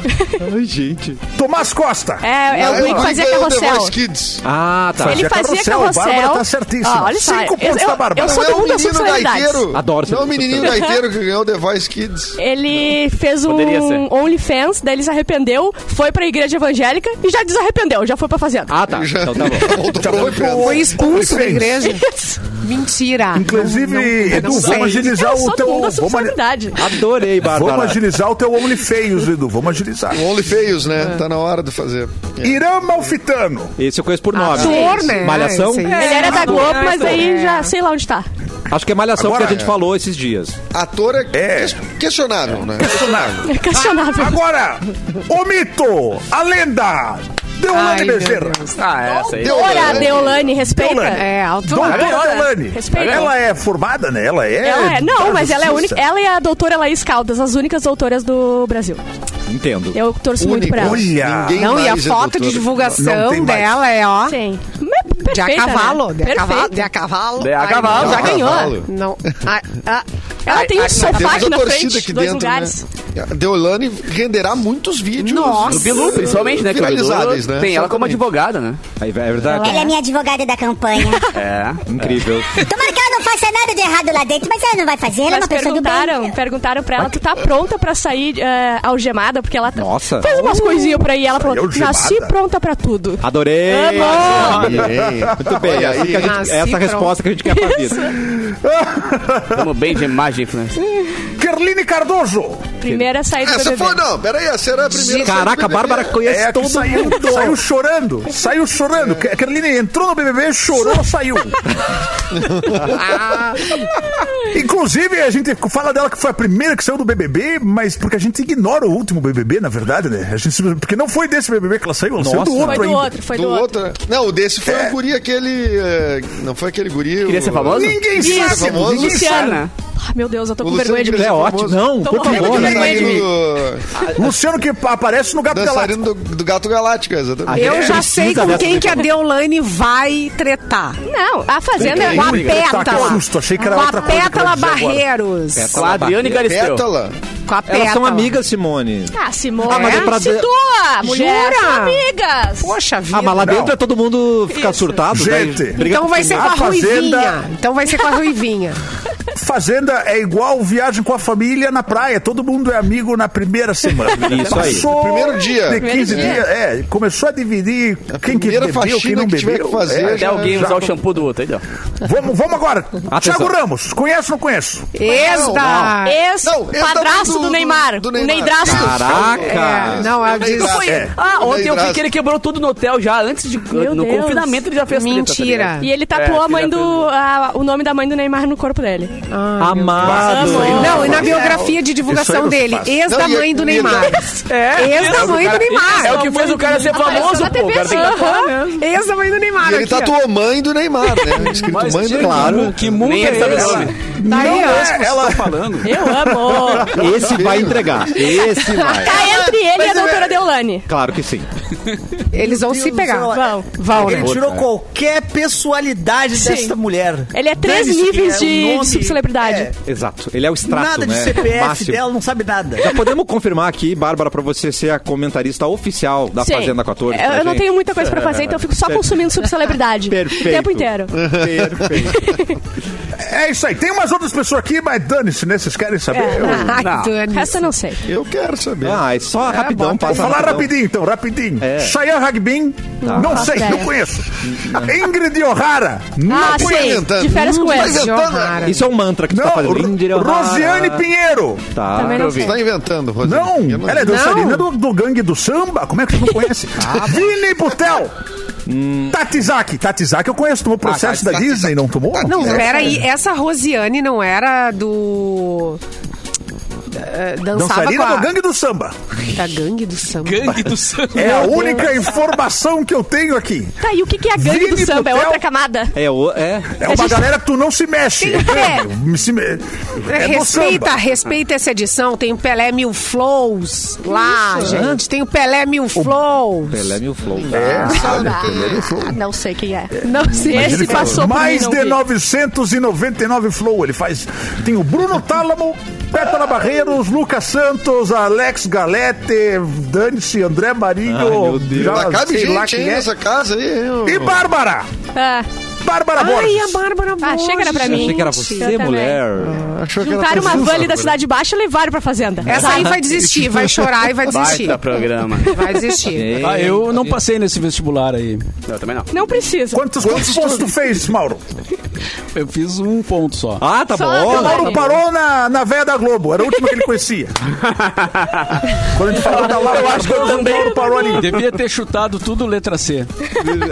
A: Ai, gente.
G: Tomás Costa.
H: É, é
E: Ah,
H: o Gui
E: eu
H: que
E: vi
H: fazia
E: que é o The
H: carrossel.
E: Voice Kids.
A: Ah, tá.
H: Ele fazia carrossel.
G: Bárbara tá certíssima.
H: Ó, Ah, olha só,
G: Cinco
H: eu-
G: pontos
H: eu-
G: da Bárbara.
H: eu sou
E: Não é
H: do
E: o
H: mundo das
E: menino
H: personalidades.
E: gaiteiro.
A: Adoro ser
E: Não é o menininho
A: personalidade.
E: gaiteiro que ganhou The Voice Kids.
H: Ele fez
F: Poderia ser.
H: um OnlyFans, daí ele se arrependeu, foi pra igreja evangélica e já desarrependeu, já foi pra fazenda.
A: Ah, tá. Então tá bom.
E: Voltou pro OnlyFans.
C: Foi expulso da
G: Fez.
C: igreja.
H: Isso.
C: [laughs] Mentira.
G: Inclusive,
C: Não- não- não
G: Edu,
C: sei.
G: vamos agilizar
H: Eu
G: o
H: sou do
G: teu.
H: mundo da
G: vamos ali-
H: sexualidade.
A: Adorei,
G: Vamos
A: Bárbara.
G: agilizar o teu Only Feios, Edu. Vamos agilizar.
E: Only Feios,
H: É.
E: né? Tá na hora de fazer. É.
G: Irã Malfitano.
A: Esse eu conheço por
H: Ah,
A: nome.
C: Ator, né?
A: Malhação?
C: Esse aí.
H: Ele era da Globo,
G: é
H: mas aí já sei lá onde tá.
A: Acho que é Malhação
G: Agora-
A: que a gente falou esses dias.
E: Ator é,
G: É.
E: ques- questionável, né?
H: É questionável.
G: Agora, o mito, a lenda. Deolane
C: Ai, meu
G: Bezerra.
C: Deus.
F: Ah,
A: é
F: essa aí.
E: Deolane.
H: Olha, Deolane, respeita.
G: Deolane.
C: É, alto lá.
G: Doutora
H: Maravilhosa.
G: Deolane.
H: Respeita.
G: Ela é formada, né? Ela é.
H: Ela é,
G: da
H: não, mas ela é a única.
G: justiça.
H: Ela e a doutora Laís Caldas, as únicas doutoras do Brasil.
A: Entendo.
H: Eu torço muito
E: Única.
H: pra ela.
G: Olha.
E: Ninguém
C: Não, e a
E: mais
C: foto de
E: é doutora.
G: Não tem
C: divulgação
G: mais.
C: dela é, ó.
H: Sim. Mas
C: De a
H: perfeita,
C: cavalo.
H: né?
C: De a cavalo.
H: Perfeita.
C: De a cavalo.
F: De a
C: Ai,
F: cavalo.
C: não.
H: Já ganhou.
E: Cavalo.
C: Não. Ah, ah,
H: Ela tem um sofá
E: Temos
H: aqui
E: a
H: na
E: torcida
H: frente,
E: aqui
H: dois
E: dentro,
H: lugares.
E: né? A Deolane renderá muitos vídeos.
C: Nossa.
F: Do Bilu, principalmente,
A: é
F: né? Que o Bilu
E: Viralizáveis, né?
F: Tem ela como
E: Exatamente.
F: advogada, né?
A: Aí, É verdade.
I: Ela é minha advogada da campanha.
F: É.
A: Incrível. [laughs]
I: Tomara que ela não faça nada de errado lá dentro, mas ela não vai fazer, ela é
H: Mas
I: uma pessoa do
H: perguntaram,
I: bem.
H: perguntaram pra ela, tu tá pronta pra sair eh, algemada? Porque ela tá-
A: Nossa.
H: fez umas coisinhas pra ir. Ela falou,
G: algemada?
H: nasci pronta pra tudo.
A: Adorei.
H: Amor!
A: Muito bem.
E: Olha
A: é assim
E: aí.
A: que a gente-
C: Nasci
A: é essa a
C: pronto.
A: resposta que a gente quer pra vida.
F: [laughs] Tamo bem de imagem, influência.
G: Kerline Cardoso.
H: Primeira a sair do
E: Essa
H: BBB.
E: Ah, foi, não, peraí, essa era a primeira.
A: Caraca, a Bárbara conhece
G: É, a que
A: todo
G: saiu,
A: mundo. É.
G: saiu chorando. Saiu chorando. Ke- Kerline entrou no BBB, chorou,
A: [laughs]
G: saiu. Inclusive, a gente fala dela que foi a primeira que saiu do BBB, mas porque a gente ignora o último BBB, na verdade, né? A gente, simplesmente- porque não foi desse BBB que ela saiu, ela saiu é do
A: Nossa.
G: outro
H: Foi do
G: ainda.
H: outro, foi
E: Do outro. né? Não, o desse foi
G: É.
E: o guri aquele. eh, Não foi aquele guri.
F: Queria
E: o-
F: ser famoso?
G: Ninguém
H: Isso,
G: sabe,
E: famoso.
G: ninguém sabe.
F: Luciana.
H: Ah, meu Deus, eu tô
E: O
H: com
E: Luciano
H: vergonha de mim.
E: Gressi.
A: É ótimo. Não,
H: Tô
A: por
H: morrendo
A: favor.
H: de
A: né?
H: vergonha de mim.
E: Do...
G: Luciano que pa- aparece no Gato Galáctico.
E: Dançarino do, do Gato Galáctica, exatamente.
C: Eu já
A: Precisa
C: sei com
A: dessa
C: quem
H: é
C: que a
A: informação.
C: Deolane vai tretar.
H: Não, a Fazenda...
C: Com a é
G: Tá, que
C: Pétala.
G: susto, achei que era
C: com
G: outra
C: a
G: coisa que eu
C: Pétala
G: ia dizer agora.
C: Barreiros.
F: Com a Adriane Galisteu.
E: Pétala.
C: Com a Pétala.
A: Elas são amigas, Simone.
H: Ah, Simone,
A: Ah, mas é pra-
H: situa, mulher,
C: Jura?
H: são amigas.
C: Poxa vida.
A: Ah, mas lá dentro é todo mundo ficar
H: Isso.
A: surtado.
G: Gente.
A: né? Briga
C: Então vai
A: por
C: ser com
A: nada.
G: A
C: a Ruivinha.
G: Fazenda-
C: Então vai ser com a
G: [laughs]
C: Ruivinha.
G: Fazenda é igual viagem com a família na praia. Todo mundo é amigo na primeira semana.
A: [laughs] Isso aí.
G: Passou
E: Primeiro dia.
G: De
H: Primeiro
G: 15
H: dia.
G: dias. É, começou a dividir quem que
E: primeira
G: bebeu, quem
E: faxina
G: não
E: que tiver
G: bebeu.
E: que fazer,
G: É,
E: já-
F: Até alguém
E: já-
F: usar o shampoo do outro, aí, ó.
G: Vamos, vamos agora.
A: Atenção.
G: Thiago Ramos, conhece ou não conhece?
C: Esda.
E: Não, esse
H: Ex-padrasto
E: tá
H: do,
E: do-
H: Neymar.
E: do
H: O
E: Neymar.
H: Neidrasto.
A: Caraca.
C: É, não, ela diz...
E: Neymar.
G: É.
F: Ah,
E: Não
F: ontem eu vi
E: graça.
F: que ele quebrou tudo no hotel já, antes de.
H: Meu
F: no
H: Deus.
F: confinamento ele já fez treta, tá
C: Mentira.
F: ligado?
H: E ele tatuou
F: É,
H: a mãe
F: filha
H: do.
F: do-
H: a- o nome da mãe do Neymar no corpo dele.
A: Amado.
E: Deus. Amor.
C: é Não, e na
E: Isso
H: é
C: biografia de divulgação
G: não se
C: dele,
G: faz.
C: ex da
E: Não, e-
C: mãe do
E: e-
H: [laughs]
C: Neymar.
F: É.
C: Ex da mãe do Neymar.
F: É o que fez o cara ser
H: Apareceu
F: famoso,
H: na
F: pô. O cara tem que
H: TV.
F: atuar, né?
C: Ex da mãe do Neymar.
E: E ele
C: aqui, ó.
E: tatuou mãe do Neymar, né? Escrito
B: Mas,
E: mãe do
B: gente,
E: Neymar.
B: Que mundo
F: Nem
B: é
F: ele sabe o nome.
B: esse?
C: Tá aí, ó.
B: É, ela falando.
H: Eu amo.
A: [laughs] Esse vai entregar. Esse [laughs] vai.
H: Tá entre ele e a doutora Deolane.
A: Claro que sim.
C: Eles vão se pegar.
H: Vão.
C: Vão, né?
D: Ele tirou qualquer pessoalidade
H: Sim.
D: dessa mulher.
H: Ele é três
D: Dane-se que
H: níveis
D: é
H: de-
D: o
H: de
D: nome,
H: subcelebridade.
D: é,
A: Exato. Ele é o extrato,
D: nada de
A: né?
D: CPF
A: Máximo.
D: dela, não sabe nada.
A: Já podemos confirmar aqui, Bárbara, pra você ser a comentarista oficial da
H: Sim.
A: Fazenda 14.
H: Eu,
A: pra
H: eu não
A: gente?
H: tenho muita coisa
A: É.
H: pra fazer, então eu fico só consumindo subcelebridade.
A: Perfeito.
H: O tempo inteiro.
A: Perfeito.
G: [laughs] É isso aí. Tem umas outras pessoas aqui, mas dane-se, né? Vocês querem saber?
H: É,
G: Eu-
H: não.
C: Ai,
F: Não.
C: Dani.
H: Essa eu não sei.
E: Eu quero saber.
A: Ah, é só rapidão,
G: Vou
A: passa
G: falar
A: rapidão.
G: rapidinho, então, rapidinho.
A: É. Tá.
G: Cheyenne Ragbin,
C: Tá.
G: não sei,
H: ideia.
G: não conheço. [laughs] Ingrid O'Hara, não
H: Ah, sei.
E: inventando.
H: De férias com
E: Tá
H: ele.
E: inventando.
C: Johara.
A: Isso é um mantra que tu tá
G: Não,
A: fazendo.
G: Ro- Rosiane Pinheiro.
A: Tá.
H: Também não
A: eu vi.
H: sei.
E: Tá inventando, Rosane.
G: Não,
E: Eu
G: ela é dançarina do, do gangue do samba. Como é que você
A: [laughs]
G: não conhece?
A: Ah,
G: Vini Butel.
A: Hum.
G: Tatizaki. Tatizaki eu conheço. Tomou processo
A: tá,
E: Ah,
G: da
E: Tati-
G: Disney, não tomou?
E: Tati-
C: Não,
A: é
E: Essa
A: assim.
C: peraí.
G: né?
H: é
A: [laughs]
C: Essa Rosiane não era do... eh, Dançava com
G: Dançarina
C: a...
G: do gangue do samba.
F: Tá
C: Da gangue do samba.
B: Gangue do samba.
G: É a única informação que eu tenho aqui.
H: Tá, e o que, que é a gangue do
G: Vini
H: samba? É
G: Butel.
H: outra camada.
A: É, o, é.
G: É uma
H: gente-
G: galera que tu não se mexe.
C: Tem que ver.
G: Me se me- É do
C: respeita,
G: samba.
C: respeita essa edição. Tem o Pelé Mil Flows lá, gente. Tem o Pelé Mil Flows.
A: Pelé Mil Flow.
G: É, sabe?
H: Ah, não sei quem é.
C: Não sei.
H: Esse
G: Ele faz
H: passou por mim,
G: mais
H: não
G: de
H: vi.
G: 999 flow. Ele faz. Tem o Bruno Tálamo, Pétala Barreiros, Lucas Santos, Alex Galete, Dante, André
A: Ai, meu
G: Marinho.
A: Deus.
G: já
E: Tá cabe
G: sei lá
E: gente aí
G: quem é.
E: nessa casa aí. eu-
G: E Bárbara!
H: Ah,
G: Bárbara
C: Ai, a
G: Borges.
C: Bárbara
H: Ah,
C: Borges.
H: achei que era pra
A: Eu
H: mim.
A: achei que
H: Eu
A: era
B: é
A: você,
H: também.
A: mulher.
G: Ah,
E: Achou que era
H: Juntaram uma
E: Francisco.
H: van ali da Cidade Baixa e levaram pra fazenda.
C: Essa aí vai desistir, vai chorar e vai desistir.
F: Baita programa.
C: [laughs] Vai desistir.
B: Ah, eu não passei nesse vestibular aí.
F: Não, também não.
H: Não precisa.
G: Quantos, quantos pontos tu fez, Mauro?
B: Eu fiz um ponto só.
A: Ah, tá
H: Só
A: bom.
H: pelo
A: Mauro,
G: Mauro parou na, na véia da Globo, era a última que ele
H: [laughs]
G: conhecia. [laughs] Quando a gente falou da Lara, eu acho que Mauro parou ali.
B: Devia ter chutado tudo letra C.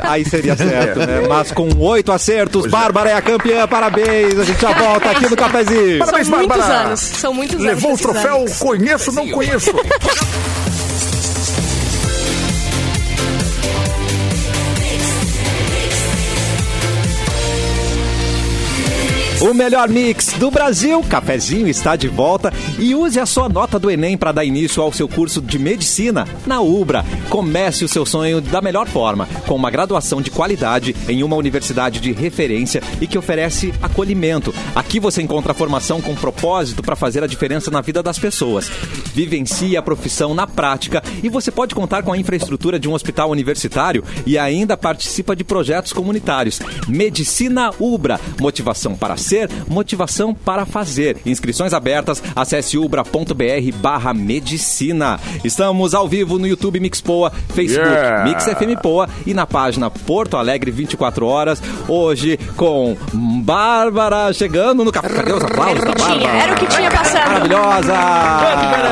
A: Aí seria certo, [laughs] né?
E: É.
A: Mas com oito acertos, Bárbara é a campeã. Parabéns. A gente já volta aqui no cafezinho.
H: São
G: Parabéns,
H: muitos
G: Bárbara.
H: anos. São muitos anos.
G: Levou o
H: esses anos.
G: troféu, conheço, não conheço.
A: O melhor mix do Brasil, Cafezinho está de volta e use a sua nota do Enem para dar início ao seu curso de medicina na Ubra. Comece o seu sonho da melhor forma, com uma graduação de qualidade em uma universidade de referência e que oferece acolhimento. Aqui você encontra formação com propósito para fazer a diferença na vida das pessoas. Vivencie a profissão na prática e você pode contar com a infraestrutura de um hospital universitário e ainda participa de projetos comunitários. Medicina Ubra, motivação para ser, motivação para fazer. Inscrições abertas, acesse ubra.br barra medicina. Estamos ao vivo no YouTube Mix Poa, Facebook Mix FM Poa e na página Porto Alegre 24 horas, hoje com Bárbara chegando no café. Cadê os aplausos da Bárbara?
H: Era o que tinha passando.
A: Maravilhosa!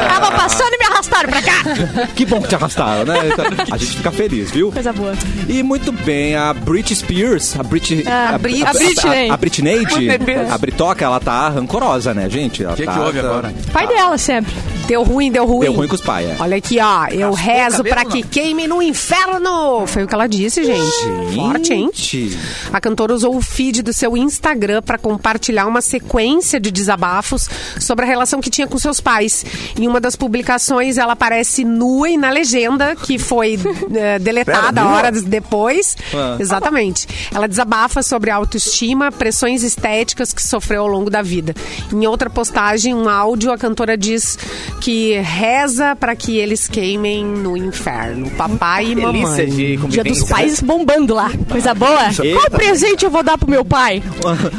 H: Tava passando e me arrastaram pra cá.
A: Que bom que te arrastaram, né? Então, a gente fica feliz, viu?
H: Coisa boa.
A: E muito bem, a Britney Spears, a Britney...
H: Ah, Brit- a Britney.
A: A, a Britneide,
H: Ai, meu Deus.
A: a Britoca, ela tá rancorosa, né, gente? O
B: que houve agora?
H: Pai dela sempre.
C: Deu ruim, deu ruim.
A: Tá. Deu ruim com os pai, é.
C: Olha aqui, ó. Eu rezo pra que queime no inferno. Foi o que ela disse, gente. Forte, hein?
A: Gente.
C: A cantora usou o feed do seu Instagram para compartilhar uma sequência de desabafos sobre a relação que tinha com seus pais. Em uma das publicações, ela aparece nua e na legenda, que
F: [laughs]
C: foi eh, deletada
G: Pera, nua?
C: horas depois.
F: Ah.
C: Exatamente. Ela desabafa sobre a autoestima, pressões estéticas que sofreu ao longo da vida. Em outra postagem, um áudio, a cantora diz que reza para que eles queimem no inferno. Papai e
F: Delícia
C: mamãe.
F: de
H: Dia dos
F: convivência. né?
H: pais bombando lá. Coisa boa. Ah, Qual presente eu vou dar pro meu pai?
A: [laughs]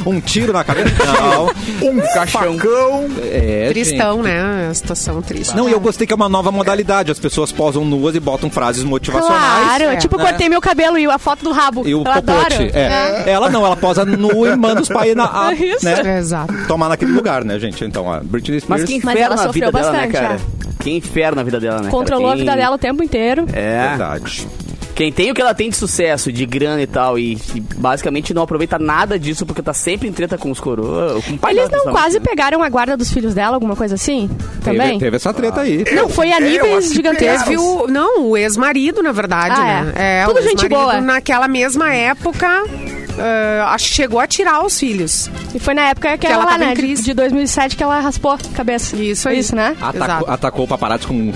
A: Um tiro na cabeça? Não.
G: Um facão.
A: É, gente.
C: Tristão, né? A situação triste.
A: Não, e eu gostei que é uma nova modalidade. As pessoas posam nuas e botam frases motivacionais.
H: Claro,
C: é.
H: tipo, cortei meu cabelo e a foto do rabo.
A: E o
H: eu adoro.
A: popote. É. Ela não, ela posa nua e manda os pais
H: [laughs]
A: na, a,
H: É Isso.
A: né,
C: É, Exato.
A: tomar naquele lugar, né, gente? Então, a Britney Spears...
F: Mas que
H: Mas
F: inferno
H: ela
F: a vida
H: sofreu
F: dela, né,
H: bastante, é.
A: É.
F: cara? Que inferno a vida dela, né? cara?
H: Controlou a
F: Quem-
H: vida dela o tempo inteiro.
F: É.
A: Verdade.
F: Quem tem o que ela tem de sucesso, de grana e tal, e, e basicamente não aproveita nada disso porque tá sempre em treta com os coroa. Com o pai
H: Eles
F: dela,
H: não quase
F: principalmente, né?
H: pegaram a guarda dos filhos dela, alguma coisa assim? Também?
A: Teve, teve essa treta aí.
H: Não, foi a
G: eu acho
H: níveis
G: que
H: gigantescos.
G: pegaram.
C: Viu? Não, o ex-marido, na verdade,
H: Ah,
C: né?
H: é. Tudo
C: o
H: gente
C: ex-marido,
H: boa.
C: Naquela mesma época, eh, acho que chegou a tirar os filhos.
H: E foi na época que,
C: ela tá
H: ela, lá,
C: tava em
H: né, de,
C: crise.
H: de 2007 que ela raspou a cabeça.
C: Isso aí.
H: Isso, né?
A: Atacou,
C: Exato.
A: atacou o paparazzi com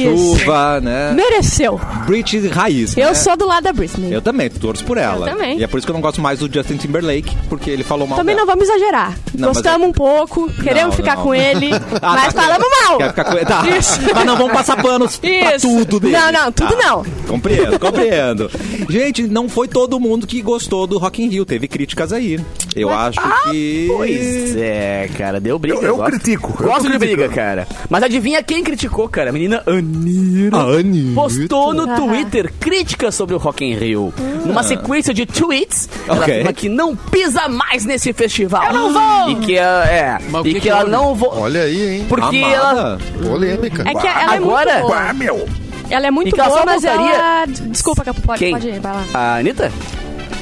A: guarda-chuva, né?
H: Mereceu.
A: Brit raiz, né?
H: Eu sou do lado da Britney.
A: Eu também, torço por ela.
H: também.
A: E é por isso que eu não gosto mais do Justin Timberlake, porque ele falou mal
H: Também não
A: dela.
H: vamos exagerar.
A: Não, mas
H: Gostamos
A: eu-
H: um pouco, queremos ficar
A: não.
H: com
A: [laughs]
H: ele,
A: Ah,
H: mas
A: tá.
H: falamos mal.
A: Quer ficar com...
F: [laughs]
A: tá.
H: Isso.
A: Mas não vamos passar panos pra
H: Isso.
A: tudo dele.
H: Não, não, tudo
A: Tá.
H: não.
F: [laughs]
A: Compreendo, compreendo. Gente, não foi todo mundo que gostou do Rock in Rio. Teve críticas aí. Eu acho que...
F: ah, Pois é, cara, deu briga.
G: Eu- eu
F: gosto.
G: critico, eu
F: Gosto
G: tô
F: de briga,
G: criticando.
F: cara. Mas adivinha quem criticou, cara? A menina Anira.
A: A Anitta.
F: Postou no
H: Ah.
F: Twitter críticas sobre o Rock in Rio. Numa sequência de tweets, ela
A: Ok.
F: afirma que não pisa mais nesse festival. Eu não vou! E que, ela- é,
B: Mas o
F: e
B: que
F: que,
B: que
F: ela
B: houve?
F: não vou...
E: Olha aí, hein?
F: Porque
A: Amada.
F: ela...
E: Polêmica.
H: É que ela é
F: Agora-
H: muito boa.
G: Ah, meu.
H: Ela é
F: E
H: muito
F: que
A: Então,
F: ela
H: boa,
F: só
H: mas
F: voltaria-
H: ela... Desculpa, Capo, pode,
F: Quem?
H: pode ir, vai lá.
F: A Anitta?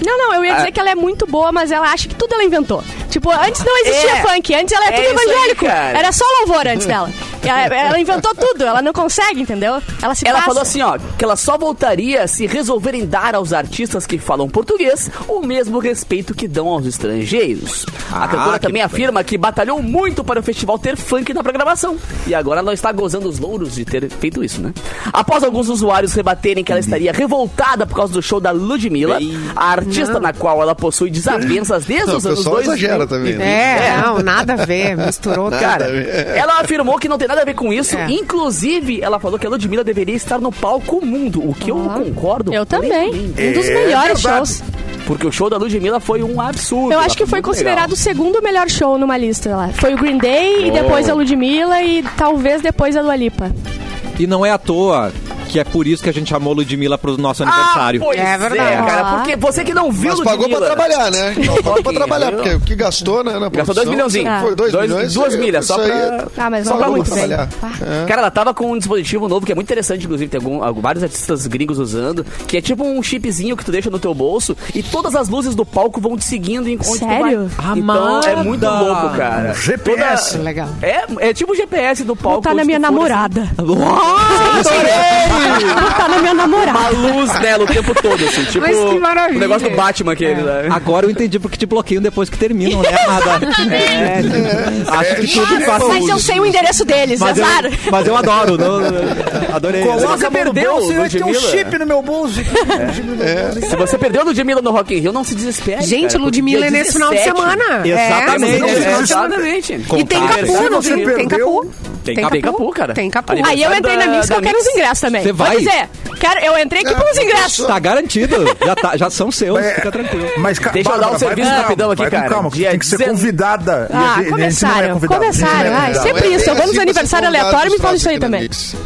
H: Não, não,
F: Ah.
H: eu ia dizer que ela é muito boa, mas ela acha que tudo ela inventou. Tipo, antes não existia
F: É.
H: funk, antes ela é
F: É
H: tudo
F: isso aí,
H: evangélico.
F: cara.
H: Era só louvor antes dela.
F: [laughs]
H: E Ela, ela inventou tudo, ela não consegue, entendeu? Ela se
F: Ela
H: passa.
F: falou assim, ó, que ela só voltaria se resolverem dar aos artistas que falam português o mesmo respeito que dão aos estrangeiros.
A: Ah,
F: a cantora
A: que
F: também
A: bacana.
F: afirma que batalhou muito para o festival ter funk na programação. E agora ela está gozando os louros de ter feito isso, né? Após alguns usuários rebaterem que ela estaria revoltada por causa do show da Ludmilla, a artista na qual ela possui desavenças desde
E: Não, o
F: os anos
E: pessoal
F: 2000.
E: exagera também. né?
C: É, não, nada a ver, misturou tudo.
F: Cara,
E: Nada.
F: ela afirmou que não tem nada a ver com isso.
C: É.
F: Inclusive, ela falou que a Ludmilla deveria estar no palco mundo, o que eu concordo.
H: Eu também.
F: plenamente.
H: Um dos
G: É
H: melhores
G: verdade.
H: shows.
F: Porque o show da Ludmilla foi um absurdo.
H: Eu
F: Ela
H: acho que foi
F: muito
H: considerado o
F: legal.
H: segundo melhor show numa lista lá. Foi o Green Day,
F: Oh.
H: e depois a Ludmilla e talvez depois a Dua Lipa.
A: E não é à toa que é por isso que a gente chamou Ludmilla pro nosso
F: Ah,
A: aniversário.
F: pois
C: É
F: é,
C: verdade.
F: cara.
H: Ah.
F: Porque você que não viu
E: Mas pagou pra
F: Ludmilla-
E: trabalhar, né? Não, pagou pra
F: Sim,
E: trabalhar,
F: eu-
E: porque o que gastou, né? Na
F: Gastou dois
E: produção,
F: milhãozinhos.
E: Foi dois,
F: Dois-
E: milhões.
F: duas
E: é,
F: milhas, só
E: isso aí
F: pra-
E: é-
H: Ah, mas Ah.
E: só
H: não tá
E: pra
H: muito bem.
E: trabalhar. É.
F: Cara, ela tava com um dispositivo novo que é muito interessante, inclusive, tem algum, algum- vários artistas gringos usando, que é tipo um chipzinho que tu deixa no teu bolso e todas as luzes do palco vão te seguindo em onde
H: Sério?
F: tu vai. Então é muito
E: Ah.
A: Amada!
F: louco,
B: Um
F: cara.
G: GPS.
C: Legal.
F: É, é tipo o GPS do palco. tipo,
H: Botar na
F: onde
H: minha
F: tu for,
H: namorada.
F: assim.
H: [laughs] Botar na minha namorada.
F: A luz dela o tempo todo, assim, tipo.
C: Mas que maravilha.
F: O negócio do Batman que ele. né?
A: Agora eu entendi porque te bloqueiam depois que terminam, né,
F: [laughs]
A: amada? É, acho que tudo faz
H: É. Mas eu sei o endereço deles,
A: Mas
H: azar.
A: eu, mas eu adoro, não- adorei.
F: Se
D: Coloca
F: você
D: a mão no
F: perdeu,
D: bolso e vai ter um
F: Ludmilla.
D: chip no meu bolso. Um chip no meu bolso.
F: Se você perdeu a Ludmilla no Rock in Rio, não se desespere.
C: Gente,
F: cara, porque dia
C: Ludmilla é nesse final de
F: 17.
C: semana.
A: Exatamente.
F: Não,
C: É,
G: Exatamente.
C: é.
F: Exatamente.
C: E tem
A: Contar.
C: capu, não
G: Se você
C: tem, tem
G: perdeu-
C: capu.
A: Tem
F: capu. cara.
C: Tem capu.
F: Aliás,
H: Aí eu entrei na
F: Da-
H: Mix que
F: da
H: eu quero os
F: Mix.
H: ingressos também.
A: Você
H: Vou
A: vai?
H: dizer, quero, eu entrei aqui pelos ingressos.
A: Tá garantido. Já, tá- já são seus, fica tranquilo.
G: Mas, cara,
F: Deixa eu dar um serviço rapidão aqui, cara.
G: Calma, que
F: Dia
G: tem que ser
F: 19.
G: convidada. E
H: Ah,
G: a gente- e a gente não é
H: começaram,
G: convidado. A gente
H: começaram.
G: não é
H: Ai,
G: convidado.
H: sempre
E: É
H: isso, eu
E: bem
H: vou nos
E: assim,
H: aniversários
E: vocês são
H: aleatórios e me falam
E: dados
H: isso aí
E: aqui na
H: também.
E: Mix.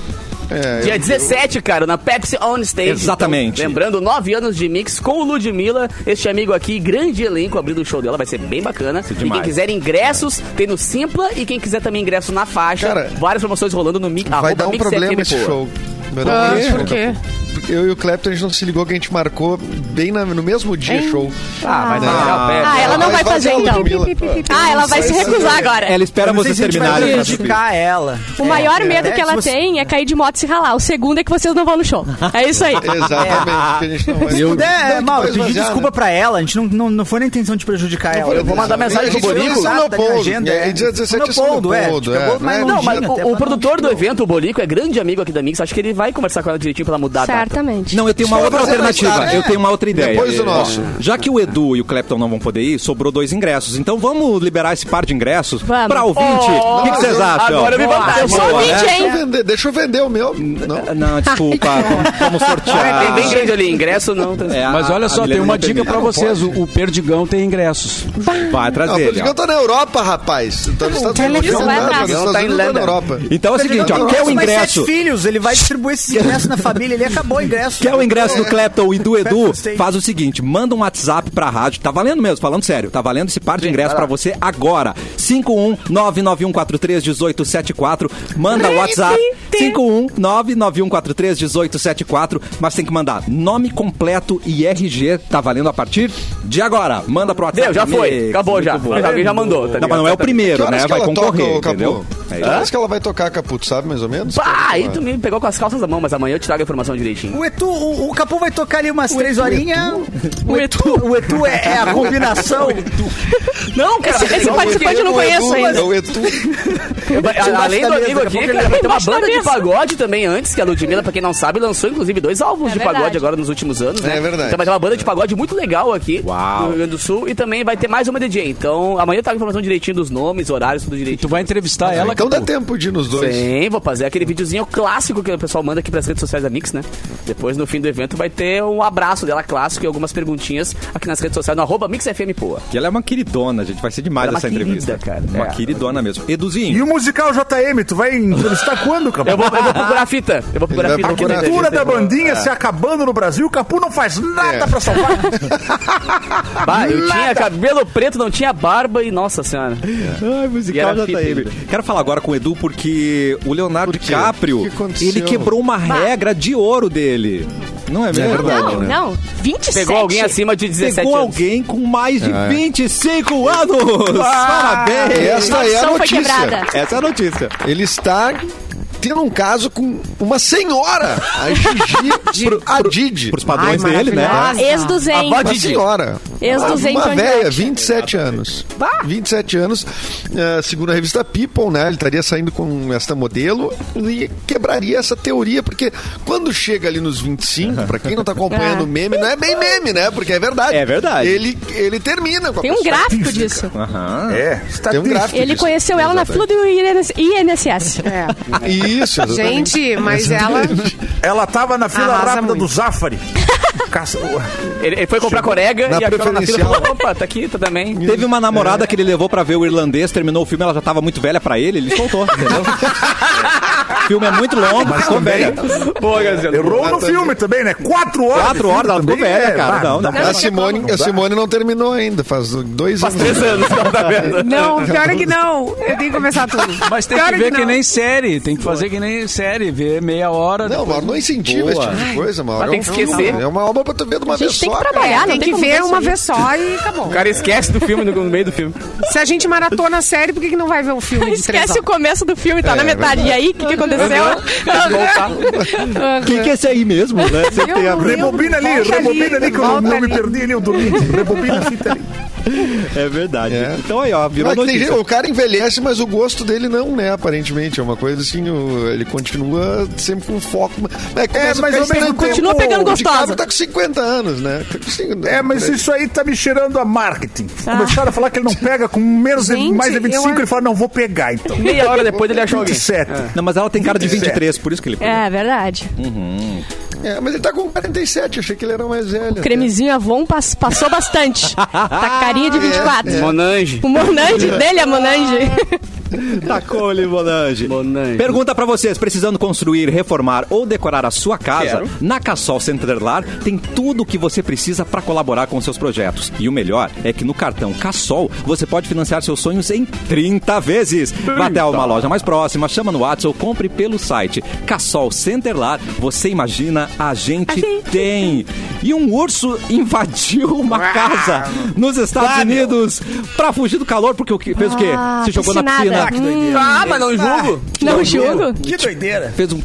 E: É,
F: Dia
E: eu-
F: 17, cara, na Pepsi On Stage.
A: Exatamente.
F: Então, lembrando, nove anos de mix com o Ludmilla, este amigo aqui, grande elenco, abrindo o show dela, vai ser bem bacana. e quem
A: demais.
F: quiser ingressos, tem no Simpla, e quem quiser também ingresso na faixa,
E: Cara,
F: várias promoções rolando no Mix.
E: Vai
F: arroba
E: dar um
F: Mix
E: problema
F: FM
E: esse
F: Poa.
E: show. Vai dar um
C: Ah,
E: problema.
C: por quê?
E: Porque Eu e o Clapton, a gente não se ligou que a gente marcou bem na- no mesmo dia show. Né?
F: Ah, vai dar né? pé.
H: Ah, ela não vai fazer
E: a
H: então.
E: Ludmilla.
H: [laughs] Ah, ela vai se recusar agora.
A: Ela espera
D: Eu não sei
A: vocês
D: se a gente vai
A: terminarem. pra subir.
D: prejudicar ela.
E: É.
H: O maior medo que ela
D: se você-
H: tem é cair de moto e se ralar. O segundo é que vocês não vão no show. É isso aí.
E: [laughs] Exatamente, porque a gente não vai.
D: Se puder,
E: Não, que
D: Mauro,
E: vai
D: pedir
E: esvaziar,
D: desculpa
E: né?
D: pra ela. A gente não, não, não foi na intenção de prejudicar ela.
F: vou mandar mensagem pro
E: A gente
F: Borico.
E: fez São
D: Nada da minha
E: Leopoldo.
D: agenda, é.
E: É, dia 17 é São
D: Leopoldo, é.
E: Leopoldo, é.
D: Acabou, mas
E: né?
D: não-
F: Não, mas
D: Imagina,
F: o-
D: até
F: o,
D: pra
F: produtor do
D: não.
F: evento, o Bolico, é grande amigo aqui da Mix. Acho que ele vai conversar com ela direitinho pra ela mudar a data.
H: Certamente.
A: Não, eu tenho uma
E: Só
A: outra
E: fazer é mais
A: alternativa.
E: tarde.
A: Eu tenho uma outra ideia.
E: Depois do
A: Ó,
E: nosso.
A: Já que o Edu e o Clapton não vão poder ir, sobrou dois ingressos. Então vamos liberar esse par de ingressos
H: Vamos.
A: pra ouvinte. O que que vocês acham?
F: Agora eu me né? vantagem.
H: Eu sou
A: Boa,
H: ouvinte,
E: Deixa eu
H: hein?
E: vender, deixa eu vender o meu. Não.
A: Não, desculpa. Vamos
F: Ah, [laughs] tem bem
A: sortear.
F: grande ali, ingresso não. tá-
A: É, a-
B: Mas olha
A: a
B: só,
A: Milena
B: tem uma
A: não
B: dica
A: permite.
B: pra vocês. O, o Perdigão tem ingressos.
A: Vai atrás
E: Não, tá
A: dele.
E: porque
A: ó.
E: eu tô na Europa, rapaz. Eu tô nos
D: um
E: Estados Unidos.
H: televisão
E: não,
H: vai
D: é
E: é não,
H: atrás.
E: nos
F: Não, tá
E: Estados
F: em
E: Unidos, eu tô
F: Lenda.
E: na Europa.
A: Então é o seguinte, ó,
E: Não,
A: quer o
D: Mas sete
A: ingresso?
D: filhos, ele vai distribuir esse ingresso na família, ele acabou ingresso. É.
A: Quer o ingresso do Clapton e do Edu?
D: Clapton Stage.
A: Faz o seguinte, manda um WhatsApp pra rádio. Tá valendo mesmo, falando sério. Tá valendo esse par de ingresso pra você agora. 51991431874. Manda o WhatsApp. 51991431874. Mas tem que mandar nome completo e RG. Tá valendo a partir de agora. Manda pro WhatsApp.
F: Deu, já foi.
A: Mix.
F: Acabou já.
A: Muito bom.
F: Mas alguém já mandou. Tá
A: Não, mas não é o primeiro, né?
E: que
A: Vai
E: ela
A: concorrer,
E: toca, ô,
A: entendeu?
E: Capu?
A: É
E: Que
A: isso.
E: horas que ela vai tocar, Capu? Tu sabe mais ou menos? é
F: Pá, aí tu me pegou com as calças na mão, mas amanhã eu te trago a informação direitinho.
D: O Etu, o, o Capu vai tocar ali umas três horinhas.
F: O Etu.
D: O Etu é, é a
F: [laughs]
D: combinação.
F: Não, cara.
H: Esse- esse
E: É o
H: participante eu
E: Edu,
H: não
E: é o
H: conheço
E: Edu,
H: ainda.
E: É o Etu.
F: Vai- a-
D: embaixo
F: Além
D: da
F: do amigo
D: mesa, daqui a
F: aqui,
D: pouco ele
F: cara, vai ter uma
H: embaixo da
F: banda de
H: mesa.
F: pagode também antes, que a Ludmilla, pra quem não sabe, lançou inclusive dois álbuns
H: É
F: de
H: verdade.
F: pagode agora nos últimos anos, né?
E: É verdade.
F: Então vai ter uma banda de pagode muito legal aqui
A: Uau.
F: no Rio Grande do Sul e também vai ter mais uma DJ. Então amanhã tá com a informação direitinho dos nomes, horários, tudo
B: E tu
F: direitinho.
B: vai entrevistar ela.
E: Então
B: Capu?
E: dá tempo de ir nos dois.
F: Sim, vou fazer aquele videozinho clássico que o pessoal manda aqui pras redes sociais da Mix, né? Depois, no fim do evento, vai ter um abraço dela clássico e algumas perguntinhas aqui nas redes sociais, no arroba MixFMPoa.
A: Que ela é uma queridona, gente. Vai ser demais
F: Ela é uma
A: essa entrevista.
F: querida, cara.
A: Uma
F: É.
A: queridona mesmo.
G: E
A: Eduzinho.
G: o musical JM, tu vai entrevistar
F: [laughs]
G: quando, Capu?
F: Eu vou, eu vou procurar a fita. Eu vou procurar a
E: Ele
F: fita
E: vai
F: aqui na
E: procurar a
G: cultura
F: entrevista
G: da
F: e vou-
G: bandinha se acabando no Brasil, o Capu não faz nada
E: É.
G: pra salvar.
D: Tá
F: Bah, eu tinha cabelo preto, não tinha barba e nossa senhora.
A: Ai,
F: E
D: tá
A: musical
F: era fita
A: JM.
F: ainda.
A: Quero falar agora com o Edu porque o Leonardo
E: Por quê?
A: DiCaprio,
E: O que aconteceu?
A: ele quebrou uma regra de ouro dele. Não é mesmo?
E: verdade,
H: Não,
E: né?
H: não. 27.
F: Pegou alguém acima de 17
A: Pegou
F: anos.
A: alguém com mais de
E: Ah, é.
A: 25 anos! Parabéns!
E: Essa é a
H: Noção foi
E: notícia.
H: quebrada.
A: Essa é a notícia.
E: Ele está tendo um caso com uma senhora, a
A: [laughs]
E: Gigi Adid.
A: Pros padrões dele, né?
C: maravilhosa.
H: Ex do Zen.
F: A voz
E: Uma
F: Didi.
E: senhora.
H: Ex-200
E: Uma
H: anos.
E: velha, 27 anos. 27 anos, eh, segundo a revista People, né? Ele estaria saindo com esta modelo e quebraria essa teoria, porque quando chega ali nos 25, pra quem não
H: [laughs]
E: tá acompanhando
H: Ah.
E: o meme, não é bem meme, né? Porque é verdade.
A: É verdade.
E: Ele, ele termina com a
H: Tem um
E: pessoa.
H: gráfico disso.
A: Aham.
G: É, está
E: Tem um
G: triste.
E: gráfico
H: Ele
E: disso.
H: conheceu ela na fila do INS INSS.
C: É.
E: [laughs] Isso, exatamente.
C: Gente, mas ela.
G: Ela tava na fila
C: Arrasa
G: rápida
C: muito. [laughs]
G: do Zafari. Caça-
F: Ele, ele foi comprar corega
E: Na
F: e achou ela na fila e
E: preferencial.
F: falou, opa, tá aqui, tá também. É.
A: Teve uma
E: É.
A: namorada que ele levou pra ver o irlandês, terminou o filme, ela já tava muito velha pra ele, ele soltou,
E: [laughs]
A: entendeu? o filme é muito longo, mas ficou
G: também-
A: velha.
F: Boa, Graziano.
G: Errou no filme também, né? Quatro horas.
A: Quatro
G: de filme
A: horas, ela ficou
G: também,
A: velha,
G: é,
A: cara.
G: vai,
A: Não, não.
E: A Simone, a Simone não terminou ainda, faz dois
F: Faz
E: anos.
F: três anos, não tá
G: [laughs]
F: vendo?
C: Não, pior é que não. Eu tenho que começar tudo.
B: Mas tem
C: Pior
B: que
C: é
B: ver que
C: não.
B: nem série. Tem que fazer que nem série. Ver meia hora.
E: Não, Mauro, não incentiva esse tipo de coisa, Mauro.
F: Mas tem que
E: É um filme,
F: esquecer.
E: É uma alma pra tu ver de uma
H: A gente
E: vez
H: tem
E: só,
H: que
E: cara.
H: trabalhar, não
C: Tem
H: tem
C: que
H: como
C: ver
H: fazer
C: uma
H: isso.
C: vez só e acabou.
F: O cara esquece do filme no, no meio do filme.
C: Se a gente maratona a série, por que, que não vai ver
H: [laughs]
C: um filme de três
H: Esquece o
C: horas?
H: começo do filme, tá
F: É,
H: na metade. E aí, o que, que aconteceu?
A: O que, que é esse aí mesmo, né? Você tem a...
G: Rebobina ali,
C: Volta
G: rebobina ali, que eu não,
C: volta
G: não me
C: ali.
G: perdi ali, eu dormi. Rebobina a fita ali.
A: É verdade.
E: assim É.
A: Então aí, ó, virou
E: Mas tem
A: notícia.
E: gente- o cara envelhece, mas o gosto dele não, né? Aparentemente. É uma coisa assim, o- ele continua sempre com foco. É, começa a
G: mas
E: ficar
G: ao mesmo
E: estranho.
G: tempo-
H: Continua pegando
E: O DiCaprio
H: gostosa.
E: tá com 50 anos, né? Tá com cinco-
G: É, mas isso aí tá me cheirando a marketing. Começaram a falar que ele não pega com menos de,
C: Ah. Gente,
G: mais de
C: eu
G: 25,
C: acho-
G: ele fala, não, vou pegar então.
F: Meia hora depois ele achou alguém. É.
G: 27.
A: Não, mas ela tem cara de 23, por isso que ele Uhum.
H: É, verdade.
D: Hum.
E: É, mas ele tá com 47, achei que ele era mais velho.
H: O cremezinho Avon pas- passou bastante. Tá carinha
E: É,
H: de 24.
F: Monange.
H: O Monange dele é Monange.
A: [laughs] Tá Tacou-lhe, Monange.
F: Monange.
A: Pergunta pra vocês, precisando construir, reformar ou decorar a sua casa, na Cassol Centerlar tem tudo o que você precisa pra colaborar com seus projetos. E o melhor é que no cartão Cassol você pode financiar seus sonhos em 30 vezes. Vá até uma loja mais próxima, chama no WhatsApp ou compre pelo site. Cassol Centerlar, você imagina, a gente, tem. E um urso invadiu uma casa nos Estados Unidos pra fugir do calor, porque o que fez o quê?
H: Ah,
A: Se jogou na
H: piscinada.
A: piscina.
H: Ah, que
F: Ah, mas não julgo.
H: Não jogo?
D: Que doideira.
A: fez um.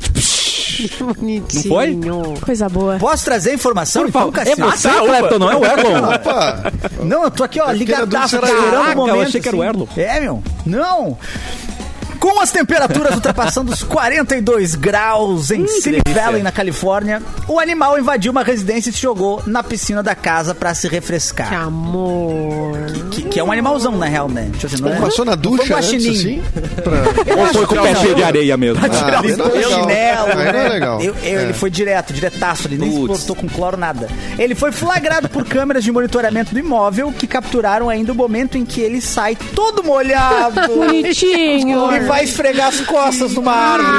A: Não foi?
H: Coisa boa.
D: Posso trazer informação?
A: Por
D: então,
A: favor, é
D: Cassio?
A: você,
F: Ah, tá,
A: Clepton, não é o Erlon?
E: Opa!
D: Não, eu tô aqui, ó,
E: fiquei na dúvida
D: ligadaço,
E: se era
D: esperando
E: Erlon.
D: o
A: Caraca, eu
D: momento.
A: achei que era o
D: assim.
A: Erlon.
D: É, meu? Não! Com as temperaturas [laughs] ultrapassando os 42 graus
A: Hum,
D: em City Valley, na Califórnia, o animal invadiu uma residência e se jogou na piscina da casa pra se
C: Que
D: refrescar.
C: amor.
D: Que, que é um animalzão, na real, né? Tipo assim, não é-
E: Passou na
D: não foi um
E: ducha antes,
D: guaxinim.
E: assim?
D: é
A: Ou foi com o pé
D: Não.
A: cheio de areia mesmo?
E: Ah,
D: Ah, Ele
E: aí não é
D: foi
E: legal.
D: chinelo,
E: Aí não é
D: né?
E: legal.
D: Eu- eu- Ele foi direto, diretaço, ele nem
A: Putz.
D: exportou com cloro nada. Ele foi flagrado por câmeras de monitoramento do imóvel que capturaram ainda o momento em que ele sai todo molhado.
H: Bonitinho.
D: E vai esfregar as costas numa árvore.